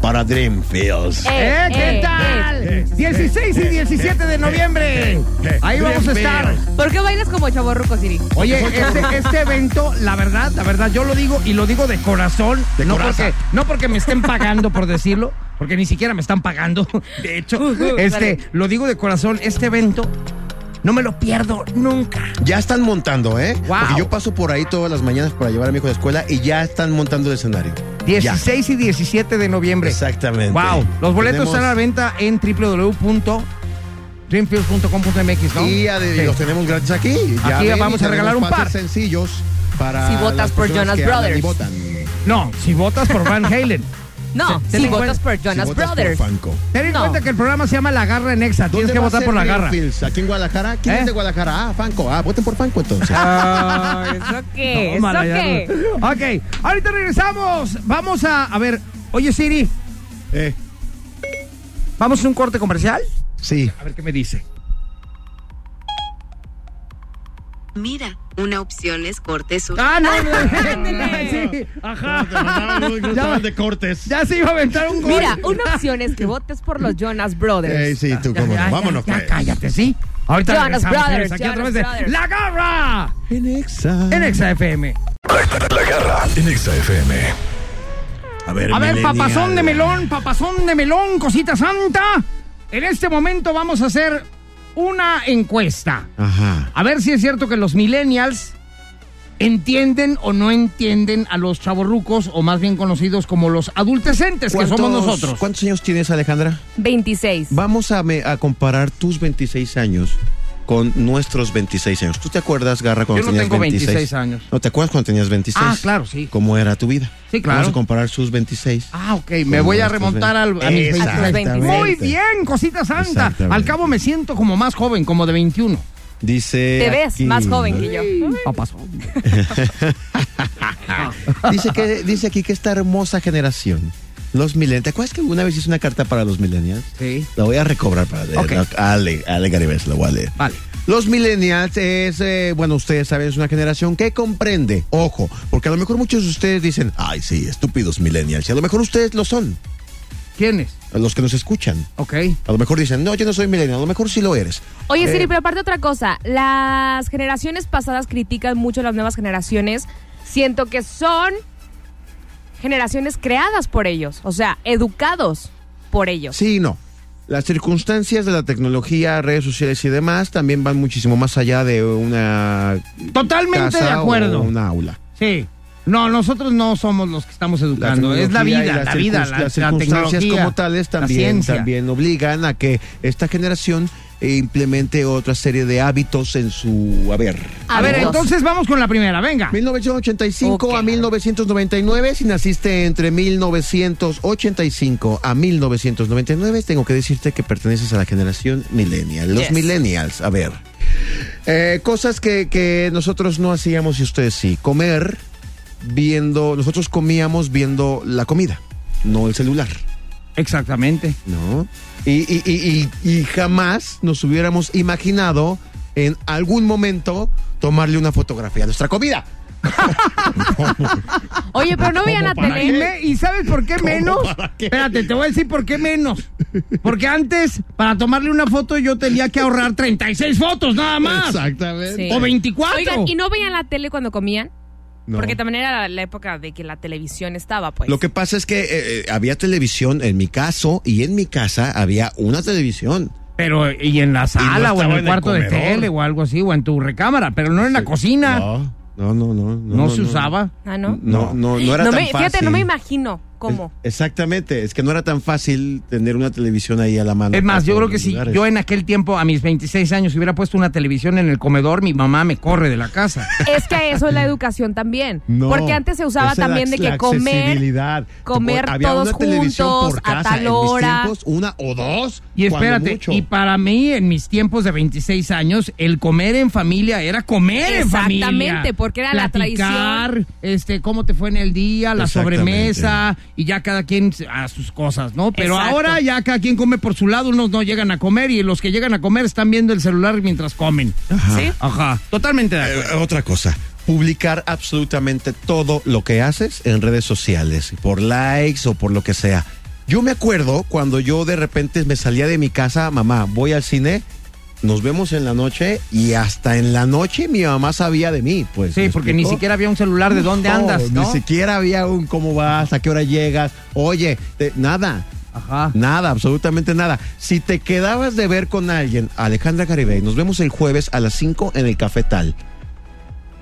Speaker 3: para Dreamfields.
Speaker 1: ¡Eh, qué tal!
Speaker 3: Eh,
Speaker 1: 16 y 17 de noviembre. Ahí vamos a estar.
Speaker 2: ¿Por qué bailas como chaborruco, Siri?
Speaker 1: Oye, este, este evento, la verdad, la verdad, yo lo digo y lo digo de corazón.
Speaker 3: De
Speaker 1: no,
Speaker 3: coraza.
Speaker 1: porque, no porque me estén pagando por decirlo, porque ni siquiera me están pagando. De hecho,
Speaker 3: Uh,
Speaker 1: este,
Speaker 2: vale.
Speaker 1: lo digo de corazón, este evento no me lo pierdo nunca.
Speaker 3: Ya están montando, ¿eh?
Speaker 1: Wow.
Speaker 3: Porque yo paso por ahí todas las mañanas para llevar a mi hijo a la escuela y ya están montando el escenario. Ya.
Speaker 1: 16 y 17 de noviembre.
Speaker 3: Exactamente.
Speaker 1: Wow. Los boletos
Speaker 3: Tenemos-
Speaker 1: están a la venta en www.dreamfields.com.mx, ¿no?
Speaker 3: Y ya de- los tenemos gratis aquí. Ya
Speaker 1: Aquí
Speaker 3: ven,
Speaker 1: vamos
Speaker 3: y
Speaker 1: a regalar
Speaker 3: tenemos
Speaker 1: un par.
Speaker 3: pases sencillos para.
Speaker 2: Si votas
Speaker 3: las
Speaker 2: por
Speaker 3: personas
Speaker 2: Jonas
Speaker 3: que hablan y
Speaker 2: Brothers.
Speaker 3: votan.
Speaker 1: No, si votas por Van Halen.
Speaker 2: No,
Speaker 1: Ten- ten
Speaker 2: si
Speaker 1: en cuenta-
Speaker 2: votas por Jonas
Speaker 3: si votas por
Speaker 2: Brothers.
Speaker 3: Fanco.
Speaker 1: Ten en
Speaker 2: No.
Speaker 1: cuenta que el programa se llama La Garra en Exa. Tienes
Speaker 3: ¿Dónde
Speaker 1: que
Speaker 3: va a
Speaker 1: votar
Speaker 3: ser
Speaker 1: por La Garra.
Speaker 3: Greenfields? ¿Aquí en Guadalajara? ¿Quién
Speaker 1: ¿Eh?
Speaker 3: es de Guadalajara? Ah, Fanco. Ah, voten por Fanco entonces.
Speaker 2: Ah, ¿Eso qué? ¿Eso
Speaker 1: Tómala, ya
Speaker 2: qué?
Speaker 1: no. Ok, ahorita regresamos. Vamos a. A ver, oye Siri,
Speaker 3: Eh,
Speaker 1: ¿vamos a un corte comercial?
Speaker 3: sí.
Speaker 1: A ver qué me dice.
Speaker 9: Mira, una opción es corte sur.
Speaker 1: Ah, no, no,
Speaker 2: Ándale.
Speaker 1: sí, ajá. Ya, ya se iba a aventar un gol.
Speaker 2: Mira, una opción es que votes por los Jonas
Speaker 3: Eh,
Speaker 2: Brothers.
Speaker 3: sí, tú, cómo
Speaker 1: Ya,
Speaker 3: no.
Speaker 1: ya,
Speaker 3: Vámonos,
Speaker 1: ya,
Speaker 3: pues.
Speaker 1: cállate, ¿sí? Ahorita
Speaker 2: Jonas
Speaker 1: regresamos, señores,
Speaker 2: Brothers,
Speaker 1: aquí a través
Speaker 2: Jonas
Speaker 1: de
Speaker 2: Brothers.
Speaker 1: La Garra
Speaker 3: En Exa.
Speaker 1: en Exa FM.
Speaker 4: La garra en Exa FM.
Speaker 3: A ver,
Speaker 1: A ver,
Speaker 3: millennial.
Speaker 1: papazón de melón, papazón de melón, cosita santa. En este momento vamos a hacer una encuesta.
Speaker 3: Ajá.
Speaker 1: A ver si es cierto que los millennials entienden o no entienden a los chavorrucos, o más bien conocidos como los adultecentes que somos
Speaker 3: ¿Cuántos-
Speaker 1: nosotros.
Speaker 3: ¿Cuántos años tienes, Alejandra?
Speaker 2: 26.
Speaker 3: Vamos a, me- a comparar tus 26 años con nuestros 26 años. ¿Tú te acuerdas, Garra, cuando
Speaker 1: Yo no
Speaker 3: tenías
Speaker 1: tengo
Speaker 3: 26?
Speaker 1: 26 años.
Speaker 3: ¿No te acuerdas cuando tenías 26?
Speaker 1: Ah, claro, sí.
Speaker 3: ¿Cómo era tu vida?
Speaker 1: Sí, claro.
Speaker 3: Vamos a comparar sus 26.
Speaker 1: Ah, ok, me voy a remontar al, a mis
Speaker 2: Exactamente.
Speaker 1: 26. Muy bien, cosita santa.
Speaker 3: Exactamente.
Speaker 1: Al cabo me siento como más joven, como de 21.
Speaker 3: Dice.
Speaker 2: Te ves
Speaker 3: aquí-
Speaker 2: más joven que yo.
Speaker 1: No pasó.
Speaker 3: Dice, que, dice aquí que esta hermosa generación, los millennials. ¿Te acuerdas que alguna vez hice una carta para los millennials?
Speaker 1: Sí.
Speaker 3: La voy a recobrar para
Speaker 1: Ok.
Speaker 3: no, Ale, Ale Garibes, la voy a leer.
Speaker 1: Vale.
Speaker 3: Los millennials es, eh, bueno, ustedes saben, es una generación que comprende, ojo, porque a lo mejor muchos de ustedes dicen, ay, sí, estúpidos millennials, y a lo mejor ustedes lo son,
Speaker 1: ¿Quién es?
Speaker 3: los que nos escuchan.
Speaker 1: Ok.
Speaker 3: A lo mejor dicen, no, yo no soy millennial, a lo mejor sí lo eres.
Speaker 2: Oye,
Speaker 3: Eh,
Speaker 2: Siri, pero aparte otra cosa, las generaciones pasadas critican mucho a las nuevas generaciones. Siento que son generaciones creadas por ellos, o sea, educados por ellos.
Speaker 3: Sí y no. Las circunstancias de la tecnología, redes sociales y demás también van muchísimo más allá de una
Speaker 1: Totalmente de
Speaker 3: casa
Speaker 1: acuerdo.
Speaker 3: o un aula.
Speaker 1: Sí. No, nosotros no somos los que estamos educando. es la
Speaker 3: tecnología y
Speaker 1: vida,
Speaker 3: las
Speaker 1: la vida,
Speaker 3: circun-
Speaker 1: la,
Speaker 3: las
Speaker 1: la
Speaker 3: circunstancias
Speaker 1: tecnología,
Speaker 3: como tales
Speaker 1: la
Speaker 3: también,
Speaker 1: ciencia.
Speaker 3: también obligan a que esta generación eh, implemente otra serie de hábitos en su haber.
Speaker 1: A ver,
Speaker 2: Amigos.
Speaker 1: entonces vamos con la primera, venga.
Speaker 3: 1985 a
Speaker 2: Ok.
Speaker 3: 1999, si naciste entre 1985 a 1999, tengo que decirte que perteneces a la generación millennial. Los
Speaker 2: Yes.
Speaker 3: millennials, a ver. Eh, cosas que, que nosotros no hacíamos y ustedes sí. Comer viendo, nosotros comíamos viendo la comida, no el celular,
Speaker 1: Exactamente.
Speaker 3: ¿no? Y, y- y- y- y jamás nos hubiéramos imaginado en algún momento tomarle una fotografía a nuestra comida.
Speaker 2: Oye, pero no veían a
Speaker 1: Para- y,
Speaker 2: tele.
Speaker 1: me- y ¿sabes por qué menos? Espérate, te voy a decir por qué menos. Porque antes, para tomarle una foto, yo tenía que ahorrar 36 fotos nada más.
Speaker 3: Exactamente.
Speaker 2: Sí.
Speaker 1: O 24.
Speaker 2: Oigan, ¿y no veían la tele cuando comían?
Speaker 3: No.
Speaker 2: Porque también era la época de que la televisión estaba, pues.
Speaker 3: Lo que pasa es que eh, eh, había televisión en mi caso y en mi casa había una televisión.
Speaker 1: Pero, y en la sala, o en
Speaker 3: estaba en
Speaker 1: el
Speaker 3: el
Speaker 1: cuarto de
Speaker 3: comedor.
Speaker 1: tele, o algo así, o en tu recámara, pero no en la cocina. No,
Speaker 3: no, no, no. No,
Speaker 1: se
Speaker 3: no.
Speaker 1: usaba.
Speaker 2: Ah,
Speaker 3: No,
Speaker 2: ¿no?
Speaker 3: no, no, era
Speaker 2: No
Speaker 3: tan
Speaker 2: me-
Speaker 3: fácil.
Speaker 2: Fíjate, no me imagino cómo.
Speaker 3: Es- exactamente, es que no era tan fácil tener una televisión ahí a la mano.
Speaker 1: Es más, yo
Speaker 3: para
Speaker 1: creo
Speaker 3: todos
Speaker 1: que
Speaker 3: los
Speaker 1: si
Speaker 3: lugares.
Speaker 1: yo en aquel tiempo, a mis 26 años, hubiera puesto una televisión en el comedor, mi mamá me corre de la casa.
Speaker 2: Es que eso es la educación también.
Speaker 3: No,
Speaker 2: Porque antes se usaba
Speaker 3: esa era
Speaker 2: también de
Speaker 3: la
Speaker 2: que comer.
Speaker 3: accesibilidad.
Speaker 2: comer
Speaker 3: Había
Speaker 2: todos
Speaker 3: una televisión
Speaker 2: juntos,
Speaker 3: por
Speaker 2: a
Speaker 3: casa.
Speaker 2: tal
Speaker 3: En mis
Speaker 2: hora.
Speaker 3: tiempos, una o dos.
Speaker 1: Y
Speaker 3: cuando
Speaker 1: espérate,
Speaker 3: mucho.
Speaker 1: y para mí, en mis tiempos de 26 años, el comer en familia era comer en familia.
Speaker 2: Exactamente, porque era la
Speaker 1: Platicar,
Speaker 2: tradición.
Speaker 1: este, cómo te fue en el día, la
Speaker 3: Exactamente.
Speaker 1: sobremesa, y ya cada quien a sus cosas, ¿no? Pero
Speaker 2: Exacto.
Speaker 1: ahora ya cada quien come por su lado, unos no llegan a comer, y los que llegan a comer están viendo el celular mientras comen.
Speaker 2: ¿Sí?
Speaker 1: Ajá, totalmente de acuerdo.
Speaker 3: Eh, otra cosa, publicar absolutamente todo lo que haces en redes sociales, por likes o por lo que sea. Yo me acuerdo cuando yo de repente me salía de mi casa, mamá, voy al cine, nos vemos en la noche y hasta en la noche mi mamá sabía de mí, pues.
Speaker 1: Sí,
Speaker 3: ¿me
Speaker 1: porque ni
Speaker 3: explico?
Speaker 1: siquiera había un celular de dónde
Speaker 3: No,
Speaker 1: andas, ¿no?
Speaker 3: Ni siquiera había un cómo vas, a qué hora llegas, oye, te- nada.
Speaker 1: Ajá.
Speaker 3: Nada, absolutamente nada. Si te quedabas de ver con alguien, Alejandra Garibay, nos vemos el jueves a las 5 en el Cafetal.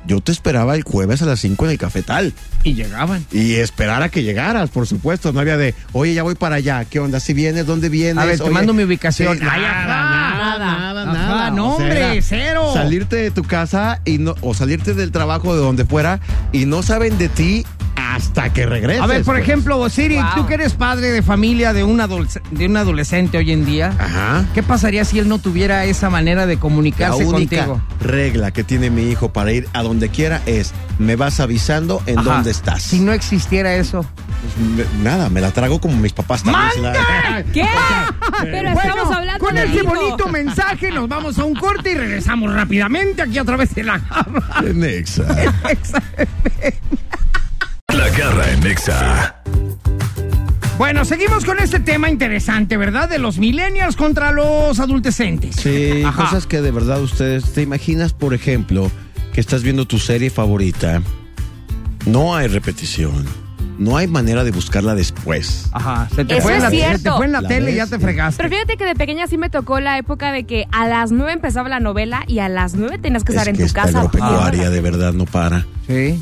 Speaker 3: Yo te esperaba el jueves a las 5 en el Cafetal.
Speaker 1: Y llegaban.
Speaker 3: Y esperar a que llegaras, por supuesto. No había de, oye, ya voy para allá. ¿Qué onda? ¿Si vienes? ¿Dónde vienes?
Speaker 1: A ver, te
Speaker 3: Oye,
Speaker 1: mando mi ubicación.
Speaker 3: sí, nada,
Speaker 1: Ay, ajá,
Speaker 3: nada, nada,
Speaker 1: ajá,
Speaker 3: nada.
Speaker 1: no,
Speaker 3: O sea,
Speaker 1: hombre,
Speaker 3: era
Speaker 1: cero.
Speaker 3: Salirte de tu casa y no, o salirte del trabajo de donde fuera y no saben de ti hasta que regreses.
Speaker 1: A ver, por
Speaker 3: pues.
Speaker 1: ejemplo, Siri,
Speaker 2: Wow.
Speaker 1: tú que eres padre de familia de un, adolesc- de un adolescente hoy en día,
Speaker 3: Ajá.
Speaker 1: ¿qué pasaría si él no tuviera esa manera de
Speaker 3: La
Speaker 1: comunicarse
Speaker 3: única
Speaker 1: contigo?
Speaker 3: regla que tiene mi hijo para ir a donde quiera es me vas avisando en
Speaker 1: Ajá.
Speaker 3: dónde estás.
Speaker 1: Si no existiera eso.
Speaker 3: Pues, me- nada, me la trago como mis papás también se la-
Speaker 2: ¿Qué? Pero estamos hablando
Speaker 1: con
Speaker 2: de
Speaker 1: este
Speaker 2: hijo.
Speaker 1: bonito mensaje nos vamos a un corte y regresamos rápidamente aquí a través de la
Speaker 3: Nexa.
Speaker 4: La garra en Nexa.
Speaker 1: Bueno, seguimos con este tema interesante, ¿verdad? De los millennials contra los adolescentes.
Speaker 3: Sí,
Speaker 1: Ajá.
Speaker 3: cosas que de verdad ustedes te imaginas, por ejemplo, que estás viendo tu serie favorita. No hay repetición. No hay manera de buscarla después.
Speaker 2: Ah,
Speaker 1: Ajá, se te,
Speaker 2: Eso
Speaker 1: fue en
Speaker 2: es
Speaker 1: la, se te
Speaker 2: cierto.
Speaker 1: fue en la
Speaker 3: La
Speaker 1: tele y
Speaker 3: ves,
Speaker 1: ya te
Speaker 3: sí.
Speaker 1: fregaste.
Speaker 2: Pero fíjate que de pequeña sí me tocó la época de que a las 9 empezaba la novela y a las 9 tenías que
Speaker 3: es
Speaker 2: estar en
Speaker 3: que
Speaker 2: tu
Speaker 3: esta
Speaker 2: casa. Ah.
Speaker 3: agropecuaria de verdad no para.
Speaker 1: Sí.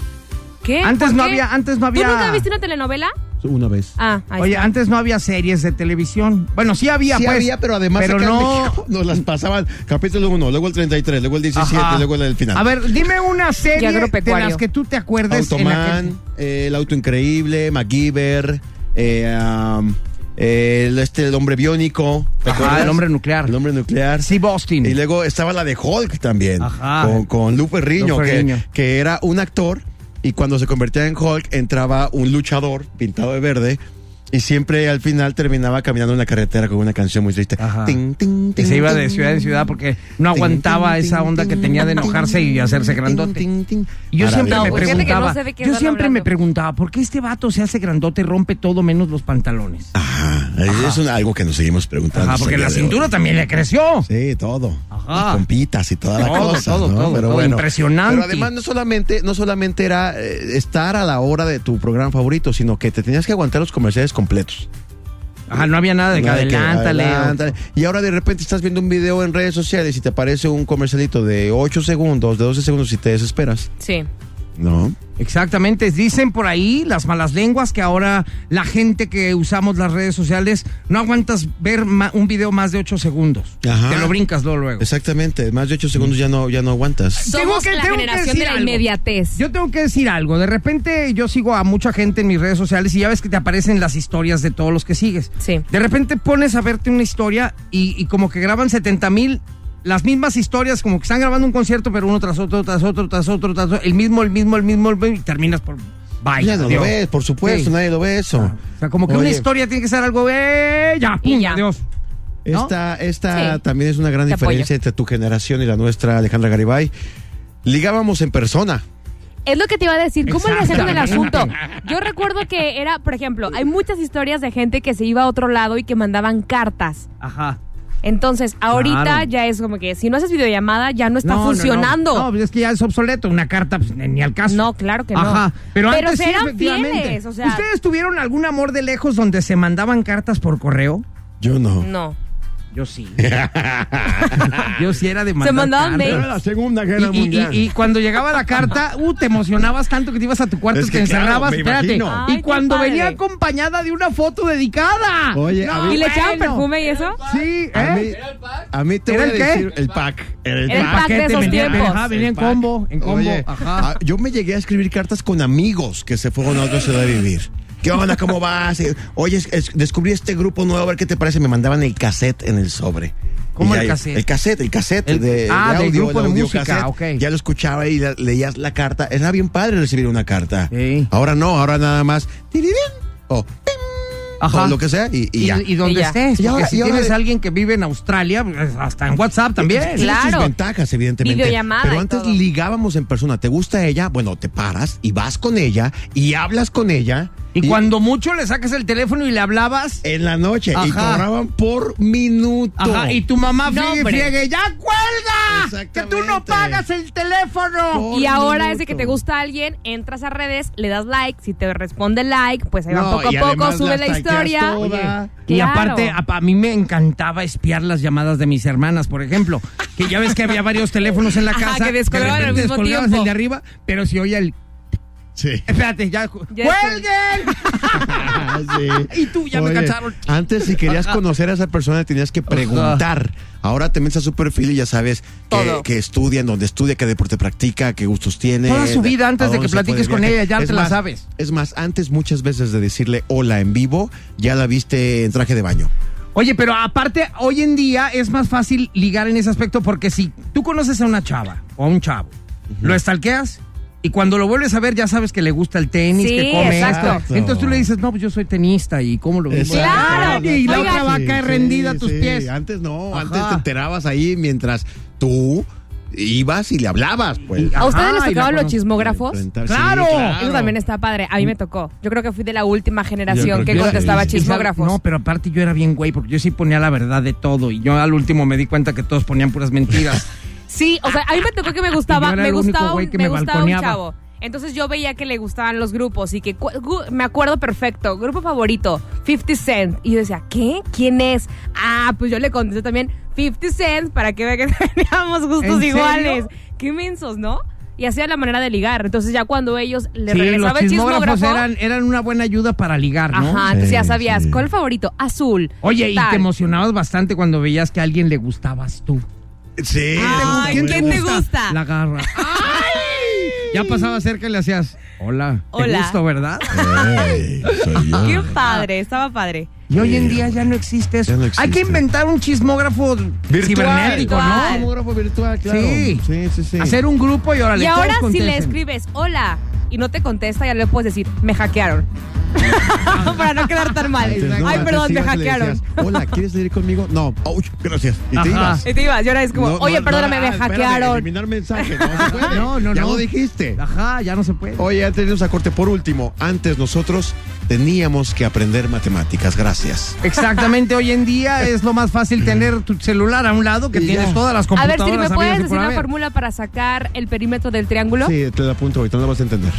Speaker 2: ¿Qué?
Speaker 1: Antes
Speaker 2: ¿Por
Speaker 1: no
Speaker 2: qué?
Speaker 1: había- antes no
Speaker 2: ¿Tú
Speaker 1: había-
Speaker 2: nunca viste una telenovela?
Speaker 3: Una vez.
Speaker 2: Ah, ahí
Speaker 1: Oye,
Speaker 2: está.
Speaker 1: antes no había series de televisión. Bueno, sí había,
Speaker 3: Sí
Speaker 1: pues.
Speaker 3: había, pero además
Speaker 1: pero
Speaker 3: acá en
Speaker 1: no.
Speaker 3: México nos las pasaban capítulo 1, luego el 33, luego el 17,
Speaker 1: Ajá.
Speaker 3: luego el del final.
Speaker 1: A ver, dime una serie de
Speaker 2: agropecuario.
Speaker 1: las que tú te acuerdes. en
Speaker 3: Automan,
Speaker 1: aquel-
Speaker 3: eh, El Auto Increíble, MacGyver, eh, um, eh, el- este, el hombre biónico. ¿te
Speaker 1: Ajá,
Speaker 3: acuerdas?
Speaker 1: el hombre nuclear.
Speaker 3: El hombre nuclear.
Speaker 1: Sí, Boston.
Speaker 3: Y luego estaba la de Hulk también.
Speaker 1: Ajá.
Speaker 3: Con, con Lupe Riño,
Speaker 1: Lupe
Speaker 3: que,
Speaker 1: Riño.
Speaker 3: que era un actor. Y cuando se convertía en Hulk, entraba un luchador pintado de verde. Y siempre al final terminaba caminando en la carretera con una canción muy triste.
Speaker 1: Ajá.
Speaker 3: Ting, ting,
Speaker 1: Que
Speaker 3: ting,
Speaker 1: se iba de
Speaker 3: ting.
Speaker 1: ciudad en ciudad porque no
Speaker 3: Ting,
Speaker 1: aguantaba
Speaker 3: ting,
Speaker 1: esa
Speaker 3: ting,
Speaker 1: onda que
Speaker 3: ting,
Speaker 1: tenía de
Speaker 3: ting,
Speaker 1: enojarse
Speaker 3: ting,
Speaker 1: y hacerse
Speaker 3: ting,
Speaker 1: grandote.
Speaker 3: ting, ting.
Speaker 1: Y yo siempre me
Speaker 3: Maravilloso.
Speaker 2: fíjate que no
Speaker 1: preguntaba,
Speaker 2: sé de qué
Speaker 1: yo
Speaker 2: están
Speaker 1: siempre me
Speaker 2: hablando.
Speaker 1: preguntaba, ¿por qué este vato se hace grandote y rompe todo menos los pantalones?
Speaker 3: Ah, Ajá, es un- algo que nos seguimos preguntando.
Speaker 1: Ajá,
Speaker 3: hasta
Speaker 1: porque
Speaker 3: el
Speaker 1: la
Speaker 3: día de
Speaker 1: cintura
Speaker 3: hoy.
Speaker 1: también le creció.
Speaker 3: Sí, todo.
Speaker 1: Ajá.
Speaker 3: Las compitas y toda la
Speaker 1: Todo,
Speaker 3: cosa.
Speaker 1: todo,
Speaker 3: ¿no?
Speaker 1: todo,
Speaker 3: Pero
Speaker 1: todo.
Speaker 3: bueno.
Speaker 1: Impresionante.
Speaker 3: Pero además, no solamente, no solamente era eh, estar a la hora de tu programa favorito, sino que te tenías que aguantar los comerciales completos.
Speaker 1: Ajá, no había nada de que
Speaker 3: Nada de que
Speaker 1: adelántale.
Speaker 3: adelántale. Y ahora de repente estás viendo un video en redes sociales y te aparece un comercialito de 8 segundos, de 12 segundos y te desesperas.
Speaker 2: Sí.
Speaker 3: No.
Speaker 1: Exactamente, dicen por ahí las malas lenguas que ahora la gente que usamos las redes sociales no aguantas ver ma- un video más de 8 segundos.
Speaker 3: Ajá.
Speaker 1: Te lo brincas luego. luego.
Speaker 3: Exactamente. Más de 8 segundos ya no, ya no aguantas.
Speaker 1: Tengo
Speaker 2: Somos
Speaker 1: que-
Speaker 2: la
Speaker 1: tengo que
Speaker 2: generación
Speaker 1: decir
Speaker 2: de la
Speaker 1: algo.
Speaker 2: inmediatez.
Speaker 1: Yo tengo que decir algo. De repente yo sigo a mucha gente en mis redes sociales y ya ves que te aparecen las historias de todos los que sigues.
Speaker 2: Sí.
Speaker 1: De repente pones a verte una historia y, y como que graban 70 mil las mismas historias, como que están grabando un concierto, pero uno tras otro, tras otro, tras otro, tras otro, el mismo, el mismo, el mismo, el mismo, y terminas por... Bye,
Speaker 3: Ya no lo
Speaker 1: adiós.
Speaker 3: ves, por supuesto,
Speaker 1: Sí. Ah.
Speaker 3: nadie lo ve eso.
Speaker 1: O sea, como que una
Speaker 3: Oye,
Speaker 1: historia tiene que ser algo... eh, ya,
Speaker 2: Y
Speaker 1: pum,
Speaker 2: ya.
Speaker 1: adiós. ¿no?
Speaker 3: Esta, esta
Speaker 2: Sí.
Speaker 3: también es una gran
Speaker 2: Te
Speaker 3: diferencia
Speaker 2: apoyo.
Speaker 3: entre tu generación y la nuestra, Alejandra Garibay. Ligábamos en persona.
Speaker 2: Es lo que te iba a decir. ¿Cómo le hacen el
Speaker 1: Exactamente.
Speaker 2: asunto? Yo recuerdo que era, por ejemplo, hay muchas historias de gente que se iba a otro lado y que mandaban cartas.
Speaker 1: Ajá.
Speaker 2: Entonces, ahorita
Speaker 1: Claro.
Speaker 2: ya es como que si no haces videollamada, ya no está
Speaker 1: No, no, no.
Speaker 2: funcionando.
Speaker 1: No, pues es que ya es obsoleto. Una carta, pues, ni al caso.
Speaker 2: No, claro que no.
Speaker 1: Ajá. Pero,
Speaker 2: Pero
Speaker 1: antes sí,
Speaker 2: serán
Speaker 1: efectivamente.
Speaker 2: fieles, o sea-
Speaker 1: ¿Ustedes tuvieron algún amor de lejos donde se mandaban cartas por correo?
Speaker 3: Yo no.
Speaker 2: No.
Speaker 1: Yo sí. Yo sí era de mandar
Speaker 2: Se mandaban
Speaker 1: cartas.
Speaker 2: mails.
Speaker 3: la Segunda
Speaker 1: Y, y- y- y cuando llegaba la carta, uh, te emocionabas tanto que te ibas a tu cuarto,
Speaker 3: Es que
Speaker 1: te
Speaker 3: claro,
Speaker 1: encerrabas,
Speaker 3: me
Speaker 1: espérate.
Speaker 3: imagino.
Speaker 2: Ay,
Speaker 1: y
Speaker 2: qué
Speaker 1: cuando
Speaker 2: padre.
Speaker 1: venía acompañada de una foto dedicada.
Speaker 3: Oye, a mí-
Speaker 2: ¿Y le echaban
Speaker 1: bueno.
Speaker 2: perfume y eso?
Speaker 1: Sí,
Speaker 3: A mí,
Speaker 1: ¿eh?
Speaker 3: a mí te
Speaker 1: ¿Era
Speaker 3: voy a
Speaker 1: el qué?
Speaker 3: decir el pack. Era
Speaker 2: El pack de
Speaker 1: Paquete,
Speaker 2: esos
Speaker 1: venía-
Speaker 2: tiempos.
Speaker 1: ajá, venía en
Speaker 3: pack.
Speaker 1: combo, en combo.
Speaker 3: Oye,
Speaker 1: ajá.
Speaker 3: ah, yo me llegué a escribir cartas con amigos que se fueron a otra ciudad a vivir. ¿Qué onda? ¿Cómo vas? Eh, Oye, es- es- descubrí este grupo nuevo, a ver qué te parece. Me mandaban el cassette en el sobre.
Speaker 1: ¿Cómo
Speaker 3: Y
Speaker 1: el
Speaker 3: ya-
Speaker 1: cassette?
Speaker 3: El cassette, el cassette
Speaker 1: El-
Speaker 3: de,
Speaker 1: ah,
Speaker 3: de
Speaker 1: del
Speaker 3: audio,
Speaker 1: grupo
Speaker 3: el
Speaker 1: de
Speaker 3: audio
Speaker 1: música,
Speaker 3: cassette.
Speaker 1: ok.
Speaker 3: Ya lo escuchaba y la- leías la carta. Era bien padre recibir una carta.
Speaker 1: Sí.
Speaker 3: Ahora no, ahora nada más. tirirín, O, pim,
Speaker 1: Ajá.
Speaker 3: o lo que sea y, y ya.
Speaker 1: donde
Speaker 2: Y ya.
Speaker 1: estés,
Speaker 3: Y
Speaker 1: porque
Speaker 3: ahora-
Speaker 1: si
Speaker 3: y ahora-
Speaker 1: tienes a alguien que vive en Australia, pues, hasta en WhatsApp también.
Speaker 3: Tiene sus
Speaker 2: Claro.
Speaker 3: ventajas, evidentemente.
Speaker 2: Videollamada
Speaker 3: Pero
Speaker 2: y
Speaker 3: antes
Speaker 2: todo.
Speaker 3: ligábamos en persona. ¿Te gusta ella? Bueno, te paras y vas con ella y hablas con ella.
Speaker 1: Y cuando mucho le sacas el teléfono y le hablabas,
Speaker 3: En la noche. Y
Speaker 1: Ajá.
Speaker 3: cobraban por minuto.
Speaker 1: ajá, y tu mamá
Speaker 2: No,
Speaker 1: friegue, y
Speaker 2: hombre.
Speaker 1: friegue, ¡ya cuelga! ¡Que tú no
Speaker 3: Exactamente.
Speaker 1: pagas el teléfono!
Speaker 3: Por
Speaker 2: Y ahora
Speaker 3: minuto.
Speaker 2: es de que te gusta alguien, entras a redes, le das like, si te responde like, pues ahí va
Speaker 3: No,
Speaker 2: poco
Speaker 3: y
Speaker 2: a poco,
Speaker 3: además
Speaker 2: sube
Speaker 3: las
Speaker 2: la
Speaker 3: taqueas
Speaker 2: historia.
Speaker 3: toda.
Speaker 2: Oye,
Speaker 1: Y
Speaker 2: claro.
Speaker 1: aparte, a, a mí me encantaba espiar las llamadas de mis hermanas, por ejemplo. Que ya ves que había varios teléfonos en la
Speaker 2: Ajá,
Speaker 1: casa.
Speaker 2: que
Speaker 1: de
Speaker 2: descolgaban al
Speaker 1: repente
Speaker 2: mismo
Speaker 1: descolgabas
Speaker 2: tiempo.
Speaker 1: el de arriba, pero si oía el...
Speaker 3: Sí.
Speaker 1: Espérate, ya...
Speaker 2: Ya
Speaker 1: ¡Cuelguen!
Speaker 3: Ah, sí.
Speaker 1: Y tú, ya me
Speaker 3: Oye,
Speaker 1: cacharon.
Speaker 3: Antes, si querías conocer a esa persona, tenías que preguntar. Ahora te metes a su perfil y ya sabes que,
Speaker 2: Todo.
Speaker 3: que estudia, en dónde estudia, qué deporte practica, qué gustos tiene.
Speaker 1: Toda su vida
Speaker 3: a
Speaker 1: antes de
Speaker 3: dónde
Speaker 1: que
Speaker 3: se fue
Speaker 1: platiques con
Speaker 3: viaje.
Speaker 1: ella, ya
Speaker 3: Es
Speaker 1: te la
Speaker 3: más,
Speaker 1: sabes.
Speaker 3: Es más, antes muchas veces de decirle hola en vivo, ya la viste en traje de baño.
Speaker 1: Oye, pero aparte, hoy en día es más fácil ligar en ese aspecto porque si tú conoces a una chava o a un chavo, lo estalqueas y cuando lo vuelves a ver ya sabes que le gusta el tenis,
Speaker 2: Sí,
Speaker 1: que come
Speaker 2: exacto.
Speaker 1: esto. Entonces tú le dices, no, pues yo soy tenista y cómo lo ves.
Speaker 2: Claro.
Speaker 1: Y la
Speaker 2: Oigan.
Speaker 1: otra va a caer rendida a tus
Speaker 3: sí.
Speaker 1: pies.
Speaker 3: Antes no,
Speaker 1: Ajá.
Speaker 3: antes te enterabas ahí mientras tú ibas y le hablabas. Pues.
Speaker 1: Y-
Speaker 2: ¿A ustedes
Speaker 1: Ajá,
Speaker 2: les
Speaker 1: y la
Speaker 2: tocaban los
Speaker 1: conoces.
Speaker 2: chismógrafos?
Speaker 3: Enfrentar-
Speaker 1: ¡Claro!
Speaker 2: Eso también está padre. A mí me tocó. Yo creo que fui de la última generación
Speaker 3: Yo creo
Speaker 2: que
Speaker 3: que sí.
Speaker 2: contestaba
Speaker 3: Y sabe-
Speaker 2: chismógrafos.
Speaker 1: No, pero aparte yo era bien güey porque yo sí ponía la verdad de todo y yo al último me di cuenta que todos ponían puras mentiras.
Speaker 2: Sí, o sea, a mí me tocó que me
Speaker 1: Yo
Speaker 2: gustaba,
Speaker 1: era
Speaker 2: me
Speaker 1: el único
Speaker 2: gustaba,
Speaker 1: güey
Speaker 2: un,
Speaker 1: que
Speaker 2: me
Speaker 1: me
Speaker 2: gustaba un
Speaker 1: balconeaba.
Speaker 2: chavo. Entonces yo veía que le gustaban los grupos y que cu- gu- me acuerdo perfecto, grupo favorito, 50 Cent. Y yo decía, ¿qué? ¿Quién es? Ah, pues yo le contesté también 50 Cent para que vea que teníamos
Speaker 1: ¿En
Speaker 2: gustos
Speaker 1: serio?
Speaker 2: iguales. Qué mensos, ¿no? Y hacía la manera de ligar. Entonces ya cuando ellos le
Speaker 1: Sí, los
Speaker 2: regresaba el
Speaker 1: chismógrafos
Speaker 2: chismógrafo,
Speaker 1: eran, eran una buena ayuda para ligar, ¿no?
Speaker 2: ajá, entonces
Speaker 3: Sí,
Speaker 2: ya sabías,
Speaker 3: sí.
Speaker 2: ¿cuál favorito? Azul.
Speaker 1: Oye, y
Speaker 2: tal.
Speaker 1: te emocionabas bastante cuando veías que a alguien le gustabas tú.
Speaker 3: Sí.
Speaker 2: Ay,
Speaker 3: eso está
Speaker 2: ¿quién
Speaker 3: bueno.
Speaker 2: te gusta?
Speaker 1: La garra. Ya pasaba cerca y le hacías, hola, ¿te
Speaker 2: Hola.
Speaker 1: gusto, verdad?
Speaker 3: Ey, soy yo. no.
Speaker 2: Qué padre, estaba padre.
Speaker 1: Y hoy en día ya no existe eso.
Speaker 3: Ya no
Speaker 1: Hay que
Speaker 3: existe.
Speaker 1: inventar un chismógrafo cibernético,
Speaker 2: Virtual.
Speaker 1: ¿no?
Speaker 3: Tomógrafo virtual, claro.
Speaker 1: Sí.
Speaker 3: sí, sí. sí.
Speaker 1: Hacer un grupo y órale.
Speaker 2: Y
Speaker 1: todos
Speaker 2: ahora si le
Speaker 1: contesten.
Speaker 2: escribes hola y no te contesta, ya le puedes decir, me hackearon. Para no quedar tan mal.
Speaker 3: Antes, ¿no?
Speaker 2: Ay,
Speaker 3: Antes
Speaker 2: perdón, me
Speaker 3: ibas y le
Speaker 2: hackearon.
Speaker 3: decías, Hola, ¿quieres ir conmigo? No. Uy, gracias. Y te
Speaker 1: Ajá.
Speaker 3: ibas.
Speaker 2: Y te ibas, y ahora es como,
Speaker 3: No,
Speaker 2: oye,
Speaker 3: no,
Speaker 2: perdóname,
Speaker 3: no, ah,
Speaker 2: me
Speaker 3: espérame,
Speaker 2: hackearon.
Speaker 3: eliminar mensaje. No, se puede.
Speaker 1: No, no,
Speaker 3: ya
Speaker 1: no.
Speaker 3: lo dijiste.
Speaker 1: Ajá, ya no se puede.
Speaker 3: Oye, antes de irnos a corte, por último, antes nosotros teníamos que aprender matemáticas. Gracias.
Speaker 1: Exactamente, hoy en día es lo más fácil tener tu celular a un lado que
Speaker 3: Y
Speaker 1: tienes
Speaker 3: ya.
Speaker 1: todas las
Speaker 2: A ver
Speaker 1: computadoras.
Speaker 2: si me
Speaker 1: habidas
Speaker 2: puedes
Speaker 1: y
Speaker 2: decir
Speaker 1: por
Speaker 2: la
Speaker 1: haber.
Speaker 2: fórmula para sacar el perímetro del triángulo.
Speaker 3: Sí, te la apunto ahorita, no la vas a entender.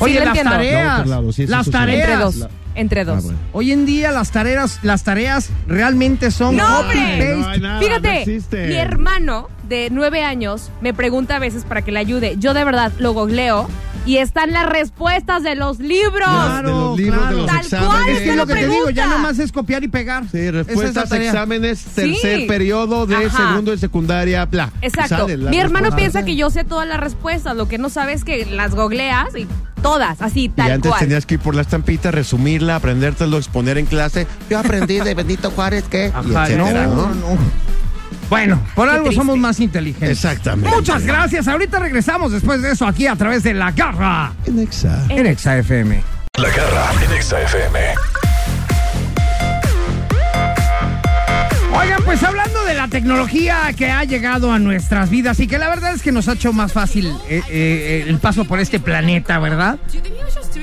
Speaker 1: Oye,
Speaker 2: Sí, lo
Speaker 1: las
Speaker 2: entiendo.
Speaker 3: No,
Speaker 1: tareas.
Speaker 3: por lado, sí, sí,
Speaker 1: las
Speaker 3: sí, sí.
Speaker 1: tareas.
Speaker 2: Entre dos. Entre
Speaker 3: Ah,
Speaker 2: dos.
Speaker 3: bueno.
Speaker 1: Hoy en día las tareas, las tareas realmente son
Speaker 2: ¡No,
Speaker 1: copy
Speaker 2: hombre!
Speaker 1: paste.
Speaker 3: nada, no
Speaker 2: Fíjate,
Speaker 3: existe.
Speaker 2: mi hermano de nueve años me pregunta a veces para que le ayude. Yo de verdad lo googleo y están las respuestas de los libros.
Speaker 1: Claro,
Speaker 3: de los libros,
Speaker 1: claro.
Speaker 3: de los
Speaker 2: Tal
Speaker 3: exámenes.
Speaker 2: cual,
Speaker 1: Es que
Speaker 2: te
Speaker 1: es lo que te digo, ya
Speaker 2: pregunta.
Speaker 1: nomás es copiar y pegar. Esa
Speaker 3: Sí,
Speaker 1: es la
Speaker 3: respuestas,
Speaker 1: tarea.
Speaker 3: exámenes, tercer
Speaker 2: Sí.
Speaker 3: periodo de
Speaker 2: Ajá.
Speaker 3: segundo de secundaria, bla.
Speaker 2: Exacto.
Speaker 3: Sale la
Speaker 2: Mi hermano
Speaker 3: respuesta.
Speaker 2: piensa que yo sé todas las respuestas. Lo que no sabe es que las googleas y todas, así,
Speaker 3: Y
Speaker 2: tal
Speaker 3: antes
Speaker 2: cual.
Speaker 3: tenías que ir por la estampita, resumirla, aprendértelo, exponer en clase. Yo aprendí de Benito Juárez que... y
Speaker 1: Ajá,
Speaker 3: etcétera,
Speaker 1: no,
Speaker 3: ¿no?
Speaker 1: no. Bueno, por algo
Speaker 2: triste.
Speaker 1: somos más inteligentes.
Speaker 3: Exactamente.
Speaker 1: Muchas gracias. Ahorita regresamos después de eso aquí a través de La Garra
Speaker 3: En Exa.
Speaker 1: en Exa FM.
Speaker 4: La garra en Exa FM.
Speaker 1: Oigan, pues hablando de la tecnología que ha llegado a nuestras vidas y que la verdad es que nos ha hecho más fácil eh, eh, el paso por este planeta, ¿verdad?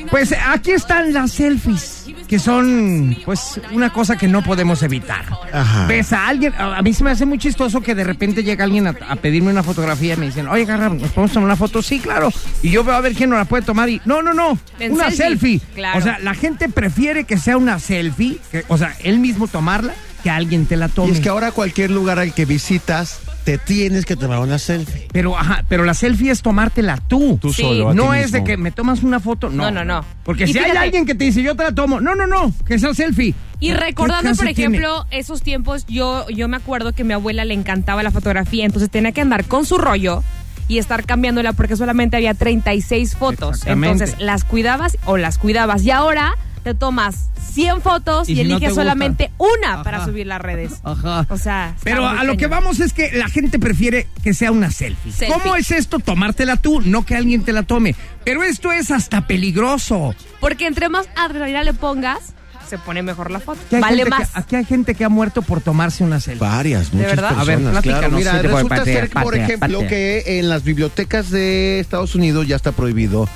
Speaker 1: Pues aquí están las selfies, que son pues una cosa que no podemos evitar.
Speaker 3: Ajá.
Speaker 1: Ves a alguien, a a mí se me hace muy chistoso que de repente llega alguien a, a pedirme una fotografía y me dicen, oye, Garra, ¿nos podemos tomar una foto? Sí, claro. Y yo veo a ver quién nos la puede tomar y, no, no, no,
Speaker 2: En
Speaker 1: una selfie.
Speaker 2: selfie, claro.
Speaker 1: O sea, la gente prefiere que sea una selfie, que- o sea, él mismo tomarla, que alguien te la tome.
Speaker 3: Y es que ahora cualquier lugar al que visitas, te tienes que tomar una selfie.
Speaker 1: Pero, ajá, pero la selfie es tomártela tú.
Speaker 3: Tú
Speaker 2: Sí.
Speaker 3: solo, a ti
Speaker 1: No es de
Speaker 3: mismo.
Speaker 1: que me tomas una foto. No,
Speaker 2: No, no, no.
Speaker 1: Porque
Speaker 2: Y
Speaker 1: si hay
Speaker 2: fíjate-
Speaker 1: alguien que te dice, yo te la tomo. No, no, no, que sea selfie.
Speaker 2: Y
Speaker 1: ¿Qué
Speaker 2: recordando,
Speaker 1: clase
Speaker 2: por
Speaker 1: tiene?
Speaker 2: ejemplo, esos tiempos, yo, yo me acuerdo que mi abuela le encantaba la fotografía, entonces tenía que andar con su rollo y estar cambiándola porque solamente había 36 fotos.
Speaker 1: Exactamente.
Speaker 2: Entonces, las cuidabas o las cuidabas. Y ahora te tomas 100 fotos
Speaker 1: Y
Speaker 2: y,
Speaker 1: si no te
Speaker 2: eliges
Speaker 1: gusta.
Speaker 2: solamente una para
Speaker 1: Ajá.
Speaker 2: subir las redes.
Speaker 1: Ajá.
Speaker 2: O sea, está
Speaker 1: Pero
Speaker 2: muy
Speaker 1: a lo que
Speaker 2: cañón.
Speaker 1: vamos es que la gente prefiere que sea una selfie.
Speaker 2: Selfie.
Speaker 1: ¿Cómo es esto? Tomártela tú, no que alguien te la tome. Pero esto es hasta peligroso.
Speaker 2: Porque entre más adrenalina le pongas, se pone mejor la foto.
Speaker 1: Aquí hay
Speaker 2: Vale
Speaker 1: gente
Speaker 2: más. Ah,
Speaker 1: Que, aquí hay gente que ha muerto por tomarse una selfie.
Speaker 3: Varias, muchas
Speaker 2: verdad?
Speaker 3: personas.
Speaker 1: A ver, platícanos,
Speaker 3: claro. Mira,
Speaker 1: sí te voy a
Speaker 3: resulta
Speaker 1: patear,
Speaker 3: ser, por
Speaker 1: patear,
Speaker 3: ejemplo,
Speaker 1: patear.
Speaker 3: que en las bibliotecas de Estados Unidos ya está prohibido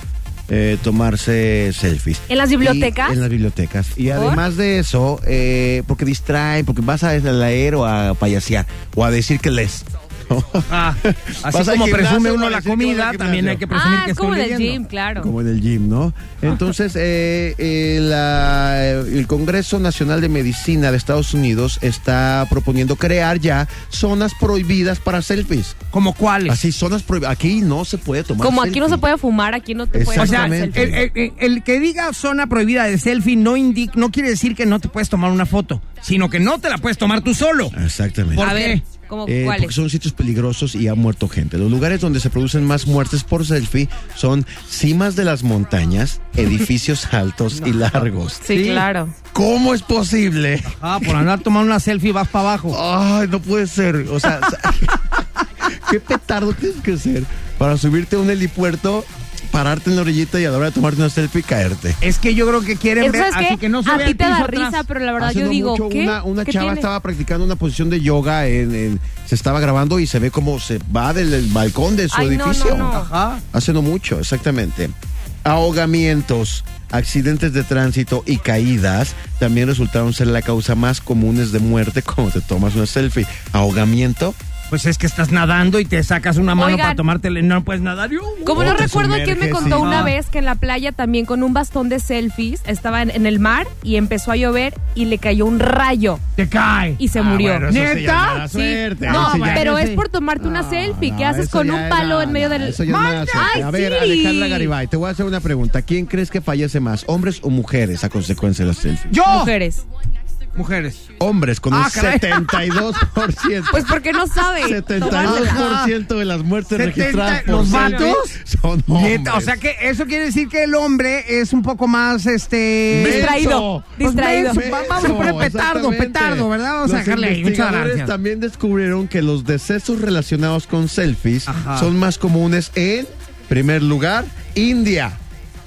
Speaker 3: eh, tomarse selfies.
Speaker 2: ¿En las
Speaker 3: Y-
Speaker 2: bibliotecas?
Speaker 3: en las bibliotecas. Y
Speaker 2: ¿Por?
Speaker 3: además de eso, eh, porque distraen, porque vas a leer o a payasear o a decir que lees.
Speaker 1: Ah, así
Speaker 3: Vas al
Speaker 1: como
Speaker 3: gimnasio
Speaker 1: presume uno
Speaker 3: para
Speaker 1: la
Speaker 3: decir que vas
Speaker 1: comida,
Speaker 3: al
Speaker 1: también
Speaker 3: gimnasio.
Speaker 1: hay que presumir
Speaker 2: Ah,
Speaker 1: que
Speaker 2: es como en
Speaker 1: estoy
Speaker 2: el
Speaker 1: leyendo.
Speaker 2: gym, claro.
Speaker 3: Como en el gym, ¿no? Entonces, eh, eh, la- el Congreso Nacional de Medicina de Estados Unidos está proponiendo crear ya zonas prohibidas para selfies.
Speaker 1: ¿Como cuáles?
Speaker 3: Así, zonas prohibidas. Aquí no se puede tomar
Speaker 2: Como aquí no se
Speaker 3: selfie.
Speaker 2: puede fumar, aquí no te puedes
Speaker 1: O
Speaker 2: tomar
Speaker 1: sea, el,
Speaker 3: Exactamente.
Speaker 2: selfie.
Speaker 1: el- el- el que diga zona prohibida de selfie no, indica, no quiere decir que no te puedes tomar una foto, sino que no te la puedes tomar tú solo.
Speaker 3: Exactamente.
Speaker 1: ¿Por
Speaker 2: A ver,
Speaker 1: qué?
Speaker 2: como
Speaker 3: Eh,
Speaker 2: cuáles.
Speaker 3: porque son sitios peligrosos y ha muerto gente. Los lugares donde se producen más muertes por selfie son cimas de las montañas, edificios altos y largos.
Speaker 2: Sí, claro.
Speaker 3: ¿Cómo es posible?
Speaker 1: Ah, por andar tomando una selfie vas para abajo.
Speaker 3: Ay, no puede ser. O sea, qué petardo tienes que ser para subirte a un helipuerto, pararte en la orillita y a la hora de tomarte una selfie caerte.
Speaker 1: Es que yo creo que quieren
Speaker 2: Eso
Speaker 1: ver,
Speaker 2: es
Speaker 1: así
Speaker 2: que,
Speaker 1: que no se
Speaker 2: a
Speaker 1: vea
Speaker 2: ti
Speaker 1: el
Speaker 2: te
Speaker 1: piso
Speaker 2: da
Speaker 1: atrás.
Speaker 2: risa, pero la verdad
Speaker 3: Hace
Speaker 2: yo
Speaker 3: no
Speaker 2: digo,
Speaker 3: mucho,
Speaker 2: ¿qué?
Speaker 3: Una, una
Speaker 2: ¿Qué
Speaker 3: chava
Speaker 2: tiene?
Speaker 3: estaba practicando una posición de yoga, en, en- se estaba grabando y se ve cómo se va del, del balcón de su
Speaker 2: Ay, no,
Speaker 3: edificio.
Speaker 2: no, no.
Speaker 1: Ajá.
Speaker 3: Hace no mucho, exactamente. Ahogamientos, accidentes de tránsito y caídas también resultaron ser la causa más comunes de muerte cuando te tomas una selfie. Ahogamiento.
Speaker 1: Pues es que estás nadando y te sacas una mano
Speaker 2: Oigan.
Speaker 1: para tomarte no puedes nadar. Y, uh,
Speaker 2: Como no
Speaker 3: te
Speaker 2: recuerdo quién me
Speaker 3: sumerges,
Speaker 2: contó
Speaker 3: sí.
Speaker 2: una
Speaker 1: Ah.
Speaker 2: vez que en la playa también con un bastón de selfies estaba en, en el mar y empezó a llover y le cayó un rayo
Speaker 1: Te cae.
Speaker 3: Ah,
Speaker 2: y se murió.
Speaker 1: ¿Neta?
Speaker 2: Sí. No, pero es por tomarte una
Speaker 3: No,
Speaker 2: selfie. ¿Qué
Speaker 3: Ah, no,
Speaker 2: haces
Speaker 3: eso
Speaker 2: con
Speaker 3: ya
Speaker 2: un
Speaker 3: es
Speaker 2: palo
Speaker 3: nada,
Speaker 2: en medio del.?
Speaker 3: eso ya es nada,
Speaker 2: ¡Ay,
Speaker 3: Sofía. A ver,
Speaker 2: sí!
Speaker 3: Alejandra Garibay, te voy a hacer una pregunta. ¿Quién crees que fallece más, hombres o mujeres, a consecuencia de las selfies?
Speaker 1: Yo.
Speaker 2: Mujeres.
Speaker 1: Mujeres.
Speaker 3: Hombres con
Speaker 1: Ah,
Speaker 3: un
Speaker 1: caray.
Speaker 3: 72%.
Speaker 2: Pues porque no sabe.
Speaker 3: 72% de las muertes
Speaker 1: 70
Speaker 3: registradas por
Speaker 1: ¿los
Speaker 3: SAPI
Speaker 1: vatos?
Speaker 3: son hombres.
Speaker 1: Neta, O sea que eso quiere decir que el hombre es un poco más este.
Speaker 3: Menso.
Speaker 2: Distraído.
Speaker 1: Pues
Speaker 2: Distraído.
Speaker 1: menso. Va- vamos a poner petardo,
Speaker 3: exactamente.
Speaker 1: petardo, ¿verdad? Vamos a
Speaker 3: Los
Speaker 1: dejarle ahí, muchas
Speaker 3: investigadores
Speaker 1: gracias.
Speaker 3: también descubrieron que los decesos relacionados con selfies
Speaker 1: Ajá.
Speaker 3: son más comunes en, primer lugar, India,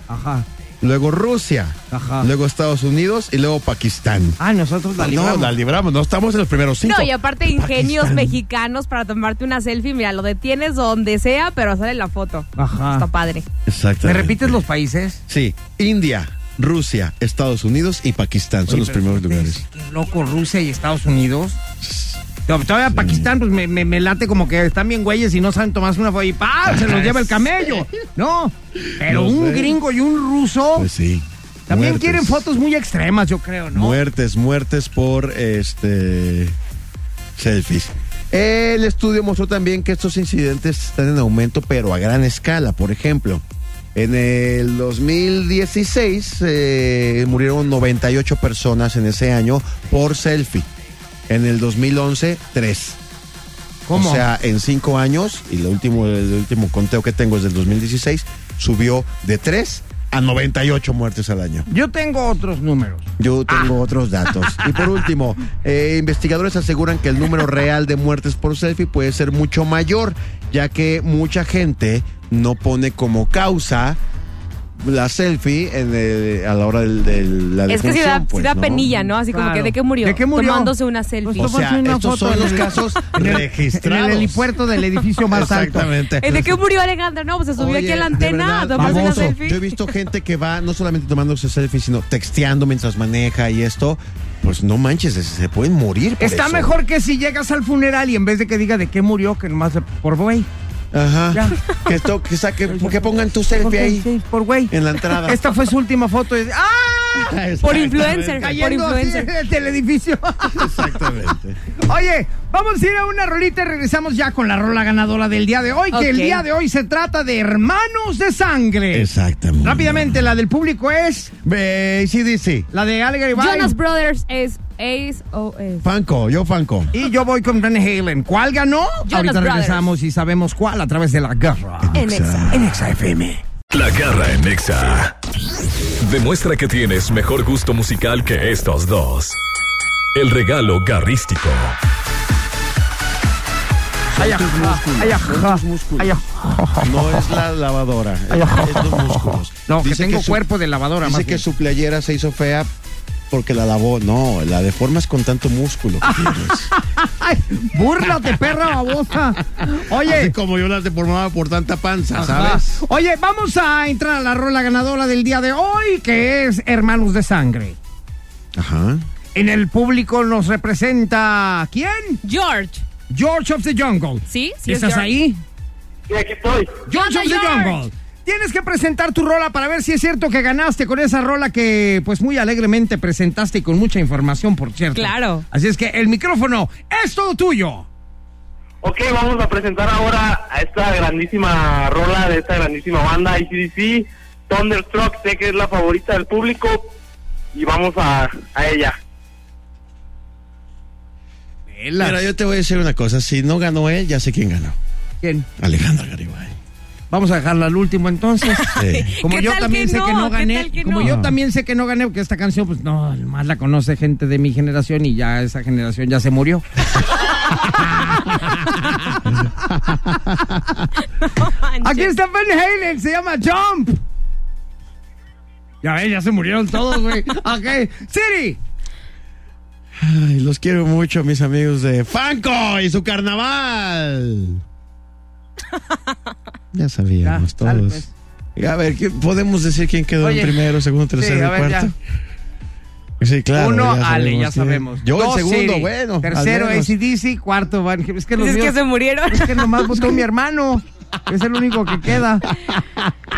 Speaker 1: Ajá.
Speaker 3: luego Rusia,
Speaker 1: Ajá.
Speaker 3: luego Estados Unidos y luego Pakistán.
Speaker 1: Ah, nosotros la
Speaker 3: no,
Speaker 1: libramos.
Speaker 3: la libramos, no estamos en los primeros cinco.
Speaker 2: No, y aparte ingenios
Speaker 3: Pakistán.
Speaker 2: mexicanos para tomarte una selfie. Mira, lo detienes donde sea, pero sale la foto.
Speaker 1: Ajá.
Speaker 2: Está padre.
Speaker 1: ¿Me
Speaker 3: Exactamente.
Speaker 1: repites los países?
Speaker 3: Sí, India, Rusia, Estados Unidos y Pakistán son
Speaker 1: Oye,
Speaker 3: los
Speaker 1: pero
Speaker 3: primeros
Speaker 1: fíjate,
Speaker 3: lugares.
Speaker 1: Qué loco, Rusia y Estados Unidos. No, Todavía Pakistán, pues me, me- me late como que están bien güeyes y no saben tomarse una foto y ¡pam! Se los lleva el camello. No, pero
Speaker 3: No
Speaker 1: un
Speaker 3: sé.
Speaker 1: gringo y un ruso
Speaker 3: Pues sí.
Speaker 1: también
Speaker 3: muertes.
Speaker 1: quieren fotos muy extremas, yo creo, ¿no?
Speaker 3: Muertes, muertes por este selfies. El estudio mostró también que estos incidentes están en aumento, pero a gran escala. Por ejemplo, en el 2016 eh, murieron 98 personas en ese año por selfie. En el 2011, 3.
Speaker 1: ¿Cómo?
Speaker 3: O sea, en 5 años, y lo último, el último conteo que tengo es del 2016, subió de 3 a 98 muertes al año.
Speaker 1: yo tengo otros números.
Speaker 3: Yo
Speaker 1: Ah.
Speaker 3: tengo otros datos. Y por último, eh, investigadores aseguran que el número real de muertes por selfie puede ser mucho mayor, ya que mucha gente no pone como causa la selfie en el- a la hora del, del- la
Speaker 2: Es que sí da,
Speaker 3: defunción,
Speaker 2: sí
Speaker 3: pues,
Speaker 2: da penilla, ¿no? Así como
Speaker 1: Claro.
Speaker 2: que de qué murió.
Speaker 1: ¿De qué murió?
Speaker 2: Tomándose una selfie.
Speaker 3: O
Speaker 1: Pues,
Speaker 3: sea,
Speaker 1: Tómate una
Speaker 3: estos
Speaker 1: foto
Speaker 3: son
Speaker 1: en
Speaker 3: los
Speaker 1: el-
Speaker 3: casos
Speaker 1: en el-
Speaker 3: registrados.
Speaker 1: En el helipuerto del edificio más alto.
Speaker 3: Exactamente.
Speaker 2: Eh, ¿De qué murió Alejandra? No, pues se subió
Speaker 3: Oye,
Speaker 2: aquí a la
Speaker 3: de
Speaker 2: antena a
Speaker 3: verdad,
Speaker 2: tomarse una
Speaker 3: famoso.
Speaker 2: selfie.
Speaker 3: Yo he visto gente que va no solamente tomándose selfies, sino texteando mientras maneja y esto. Pues no manches, se- se pueden morir. por
Speaker 1: Está
Speaker 3: eso.
Speaker 1: mejor que si llegas al funeral y en vez de que diga de qué murió, que nomás de- por güey.
Speaker 3: Ajá.
Speaker 1: Ya.
Speaker 3: Que, esto, que, saque, que pongan tu selfie ahí
Speaker 1: Sí, Por güey.
Speaker 3: en la entrada.
Speaker 1: Esta fue su última foto. y- ¡Ah!
Speaker 2: Por influencer. Por
Speaker 1: Cayendo así
Speaker 2: influencer.
Speaker 1: del edificio.
Speaker 3: Exactamente.
Speaker 1: Oye, vamos a ir a una rolita y regresamos ya con la rola ganadora del día de hoy, que el
Speaker 2: Ok.
Speaker 1: día de hoy se trata de hermanos de sangre.
Speaker 3: Exactamente.
Speaker 1: Rápidamente, la del público es
Speaker 3: Ve, sí, dice.
Speaker 1: la de Al
Speaker 2: Jonas Brothers es Ace o S.
Speaker 3: Fanco, yo Fanco.
Speaker 1: y yo voy con Van Halen. ¿Cuál ganó? Ahorita
Speaker 2: Brothers.
Speaker 1: regresamos y sabemos cuál a través de la garra.
Speaker 2: En
Speaker 3: Ah.
Speaker 2: Exa.
Speaker 1: En Exa FM.
Speaker 4: La garra en Nexa. Demuestra que tienes mejor gusto musical que estos dos. El regalo garrístico.
Speaker 1: Ay, ajá, ay, ajá, ay, ajá.
Speaker 3: No es la lavadora, es los músculos.
Speaker 1: No, que
Speaker 3: Dice
Speaker 1: tengo
Speaker 3: su-
Speaker 1: cuerpo de lavadora.
Speaker 3: Dice
Speaker 1: más
Speaker 3: que
Speaker 1: bien.
Speaker 3: su playera se hizo fea porque la lavó. No, la deformas con tanto músculo que tienes.
Speaker 1: Ay, búrlate, perra babosa. Oye,
Speaker 3: Así como yo la deformaba por tanta panza,
Speaker 1: Ajá. Oye, vamos a entrar a la rola ganadora del día de hoy, que es Hermanos de Sangre.
Speaker 3: Ajá.
Speaker 1: En el público nos representa ¿quién?
Speaker 2: George.
Speaker 1: George of the Jungle.
Speaker 2: Sí, sí es
Speaker 1: ¿Estás
Speaker 2: George.
Speaker 1: ahí?
Speaker 5: Y aquí estoy.
Speaker 1: George of the
Speaker 2: George.
Speaker 1: Jungle. Tienes que presentar tu rola para ver si es cierto que ganaste con esa rola que pues muy alegremente presentaste y con mucha información, por cierto.
Speaker 2: Claro.
Speaker 1: Así es que el micrófono es todo tuyo.
Speaker 5: Ok, vamos a presentar ahora a esta grandísima rola de esta grandísima banda ICDC, Thunderstruck, sé que es la favorita del público y vamos a, a ella.
Speaker 3: Mira, yo te voy a decir una cosa. Si no ganó él, ya sé quién ganó.
Speaker 1: Bien,
Speaker 3: Alejandra Garibay.
Speaker 1: vamos a dejarla al último entonces.
Speaker 3: Sí.
Speaker 1: Como
Speaker 2: ¿Qué
Speaker 1: yo
Speaker 2: tal
Speaker 1: también
Speaker 2: que
Speaker 1: sé que
Speaker 2: no?
Speaker 1: no
Speaker 2: ¿Qué
Speaker 1: gané,
Speaker 2: tal que
Speaker 1: como
Speaker 2: no?
Speaker 1: yo también sé que no gané, porque esta canción, pues no, más la conoce gente de mi generación y ya esa generación ya se murió. Aquí está Van Halen, se llama Jump. Ya ves, ya se murieron todos, güey. Ok, Siri.
Speaker 3: Ay, los quiero mucho, mis amigos de Fanco y su carnaval. ya sabíamos
Speaker 1: Ya, sale,
Speaker 3: todos. A ver, ¿qué- ¿podemos decir quién quedó
Speaker 1: Oye.
Speaker 3: en primero, segundo, tercero
Speaker 1: a
Speaker 3: y
Speaker 1: ver, ya.
Speaker 3: cuarto? Sí, claro.
Speaker 1: Uno,
Speaker 3: ya
Speaker 1: Ale, ya
Speaker 3: quién.
Speaker 1: sabemos.
Speaker 3: Yo
Speaker 1: Dos,
Speaker 3: el segundo,
Speaker 1: Siri.
Speaker 3: bueno.
Speaker 1: Tercero,
Speaker 3: al menos.
Speaker 1: ACDC. Cuarto, Van Halen. Es que los
Speaker 2: Pues Es que
Speaker 1: míos-
Speaker 2: se murieron.
Speaker 1: Es que nomás votó mi hermano. Es el único que queda.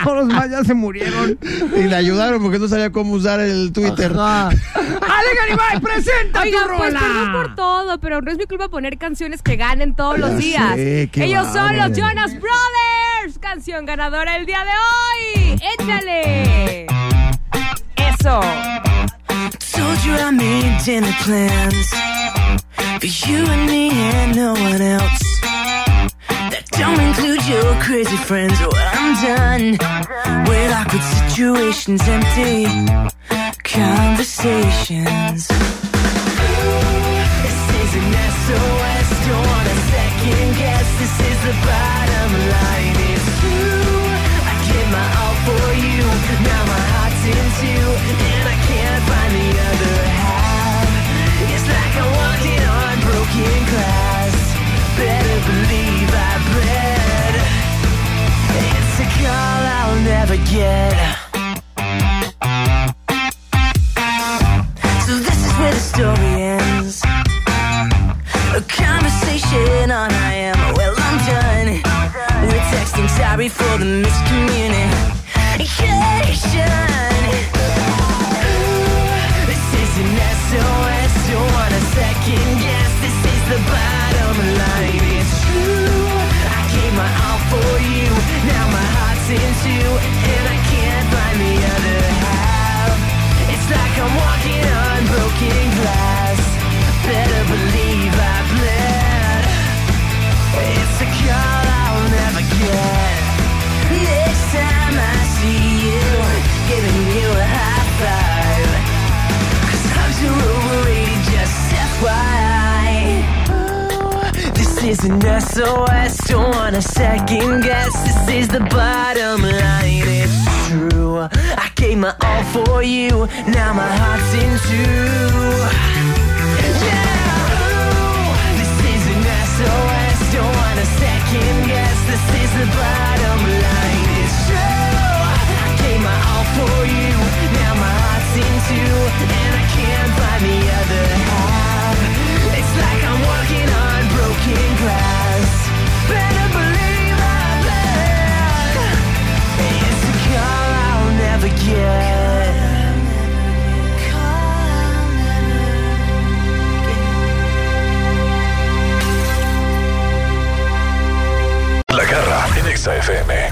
Speaker 1: Todos los más ya se murieron.
Speaker 3: Y le ayudaron porque no sabía cómo usar el Twitter.
Speaker 1: Ale Garibay, presenta
Speaker 2: Oigan,
Speaker 1: tu rola.
Speaker 2: pues perdón por todo, pero no es mi culpa poner canciones que ganen todos
Speaker 3: Ya
Speaker 2: los días.
Speaker 3: sé, qué
Speaker 2: Ellos son
Speaker 3: bárbaro.
Speaker 2: los Jonas Brothers. Canción ganadora el día de hoy. Échale. Eso.
Speaker 7: Told you
Speaker 10: I made dinner plans for you and me and no one else. That don't include your crazy friends. Well, I'm done with awkward situations, empty conversations. This is an SOS. Don't wanna second guess. This is the bottom line. It's you. I give my all for you. Now my heart's in two, and I can't find the other half. It's like I'm walking on broken glass. Better believe I bled. It's a call I'll never get. So this is where the story ends. A conversation on I am. Well, I'm done. We're texting sorry for the miscommunication. Ooh, this is an SOS. Don't want a second guess. This is the bottom line. It's true. I gave my all for you. Now my heart's in two, and I can't find the other half. It's like I'm walking on broken glass. Better believe I bled. It's a call I'll never get. Next time I see you, giving you a high five. Cause hugs are overrated, just FYI. Ooh, This is an SOS, don't wanna second guess. This is the bottom line, it's true. I gave my all for you, now my heart's in two. Yeah, ooh, this is an SOS, don't wanna second guess. This is the bottom line, it's true. I gave my all for you, now my heart's in two, and I can't find the other half. It's like I'm walking on broken glass. Better believe I bled. It's a call I'll never get.
Speaker 4: La garra en Exa FM.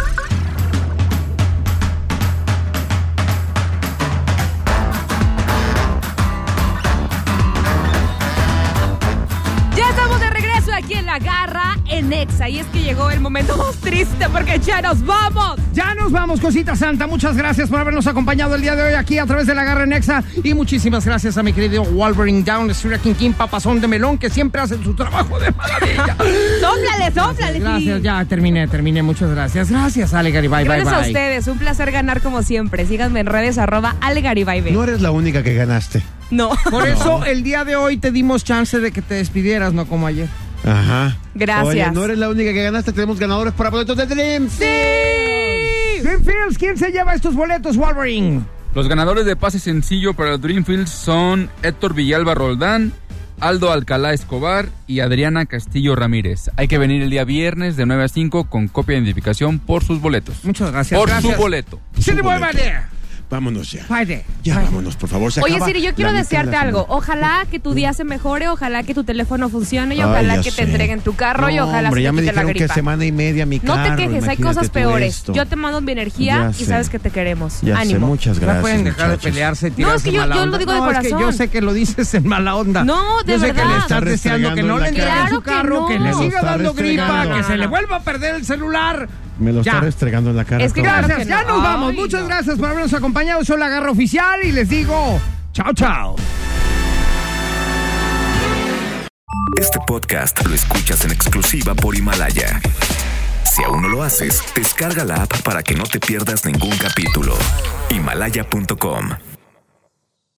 Speaker 2: Ya estamos de regreso aquí en La Garra en Exa. Y es que llegó el momento más triste porque ya nos vamos.
Speaker 1: Ya nos vamos, cosita santa. Muchas gracias por habernos acompañado el día de hoy aquí a través de la Garra Nexa. Y muchísimas gracias a mi querido Wolverine Down, Sura King King, Papazón de Melón, que siempre hacen su trabajo de maravilla.
Speaker 2: Sóplale, sóplale.
Speaker 1: Gracias,
Speaker 2: sí.
Speaker 1: ya terminé, terminé. Muchas gracias. Gracias, Ale Garibay. Bye,
Speaker 2: Gracias
Speaker 1: bye.
Speaker 2: a ustedes. Un placer ganar como siempre. Síganme en redes arroba algaribaibe.
Speaker 3: No eres la única que ganaste.
Speaker 2: No.
Speaker 1: Por eso el día de hoy te dimos chance de que te despidieras, no como ayer.
Speaker 3: Ajá.
Speaker 2: Gracias.
Speaker 3: Oye, no eres la única que ganaste. Tenemos ganadores para boletos de Dream.
Speaker 2: Sí.
Speaker 1: Greenfields, ¿quién se lleva estos boletos, Wolverine?
Speaker 6: Los ganadores de pase sencillo para el Dreamfields son Héctor Villalba Roldán, Aldo Alcalá Escobar y Adriana Castillo Ramírez. Hay que venir el día viernes de 9 a 5 con copia de identificación por sus boletos.
Speaker 1: Muchas gracias.
Speaker 6: Por
Speaker 1: gracias.
Speaker 6: su boleto.
Speaker 1: Sí,
Speaker 3: Su
Speaker 1: voy,
Speaker 3: boleto.
Speaker 1: vale.
Speaker 3: Vámonos ya.
Speaker 1: Vale.
Speaker 3: Ya vámonos, por favor. se
Speaker 2: Oye,
Speaker 3: acaba
Speaker 2: Siri, yo quiero
Speaker 3: la mitad de la
Speaker 2: desearte algo.
Speaker 3: semana.
Speaker 2: Ojalá que tu día se mejore, ojalá que tu teléfono funcione y
Speaker 3: Ay,
Speaker 2: ojalá
Speaker 3: ya
Speaker 2: que
Speaker 3: sé.
Speaker 2: te entreguen tu carro y
Speaker 3: No,
Speaker 2: ojalá
Speaker 3: hombre,
Speaker 2: se
Speaker 3: ya
Speaker 2: te
Speaker 3: me
Speaker 2: quite la
Speaker 3: dijeron que
Speaker 2: gripa.
Speaker 3: semana y media mi
Speaker 2: No
Speaker 3: carro,
Speaker 2: te quejes, hay
Speaker 3: imagínate
Speaker 2: cosas
Speaker 3: tú
Speaker 2: peores.
Speaker 3: esto.
Speaker 2: Yo te mando mi energía
Speaker 3: Ya
Speaker 2: y
Speaker 3: sé.
Speaker 2: sabes que te queremos.
Speaker 3: Ya sé,
Speaker 2: Ánimo.
Speaker 3: muchas
Speaker 1: Ya
Speaker 3: gracias.
Speaker 1: pueden dejar
Speaker 3: muchachos.
Speaker 1: de pelearse, tirarse
Speaker 2: es que yo-
Speaker 1: mala
Speaker 2: yo lo
Speaker 1: onda.
Speaker 2: digo de
Speaker 1: No, es que
Speaker 2: corazón.
Speaker 1: yo sé que lo dices en mala onda.
Speaker 2: No, de
Speaker 1: yo sé que
Speaker 2: verdad.
Speaker 1: le estás
Speaker 3: Está
Speaker 1: deseando que no le
Speaker 3: restregando
Speaker 1: entregue
Speaker 3: en la cara.
Speaker 1: su
Speaker 2: Claro que
Speaker 1: carro,
Speaker 2: no.
Speaker 1: que,
Speaker 2: Me
Speaker 1: le
Speaker 2: lo
Speaker 1: siga
Speaker 3: está
Speaker 1: dando gripa,
Speaker 3: restregando.
Speaker 1: que se le vuelva a perder el celular.
Speaker 3: Me lo
Speaker 1: Ya.
Speaker 3: está restregando en la cara.
Speaker 2: Es que
Speaker 3: todo.
Speaker 2: claro
Speaker 1: Gracias, ya
Speaker 2: no.
Speaker 1: nos vamos.
Speaker 2: Ay,
Speaker 1: Muchas
Speaker 2: no.
Speaker 1: gracias por habernos acompañado. Soy la garra oficial y les digo, chao, chao.
Speaker 8: Este podcast lo escuchas en exclusiva por Himalaya. Si aún no lo haces, descarga la app para que no te pierdas ningún capítulo. Himalaya.com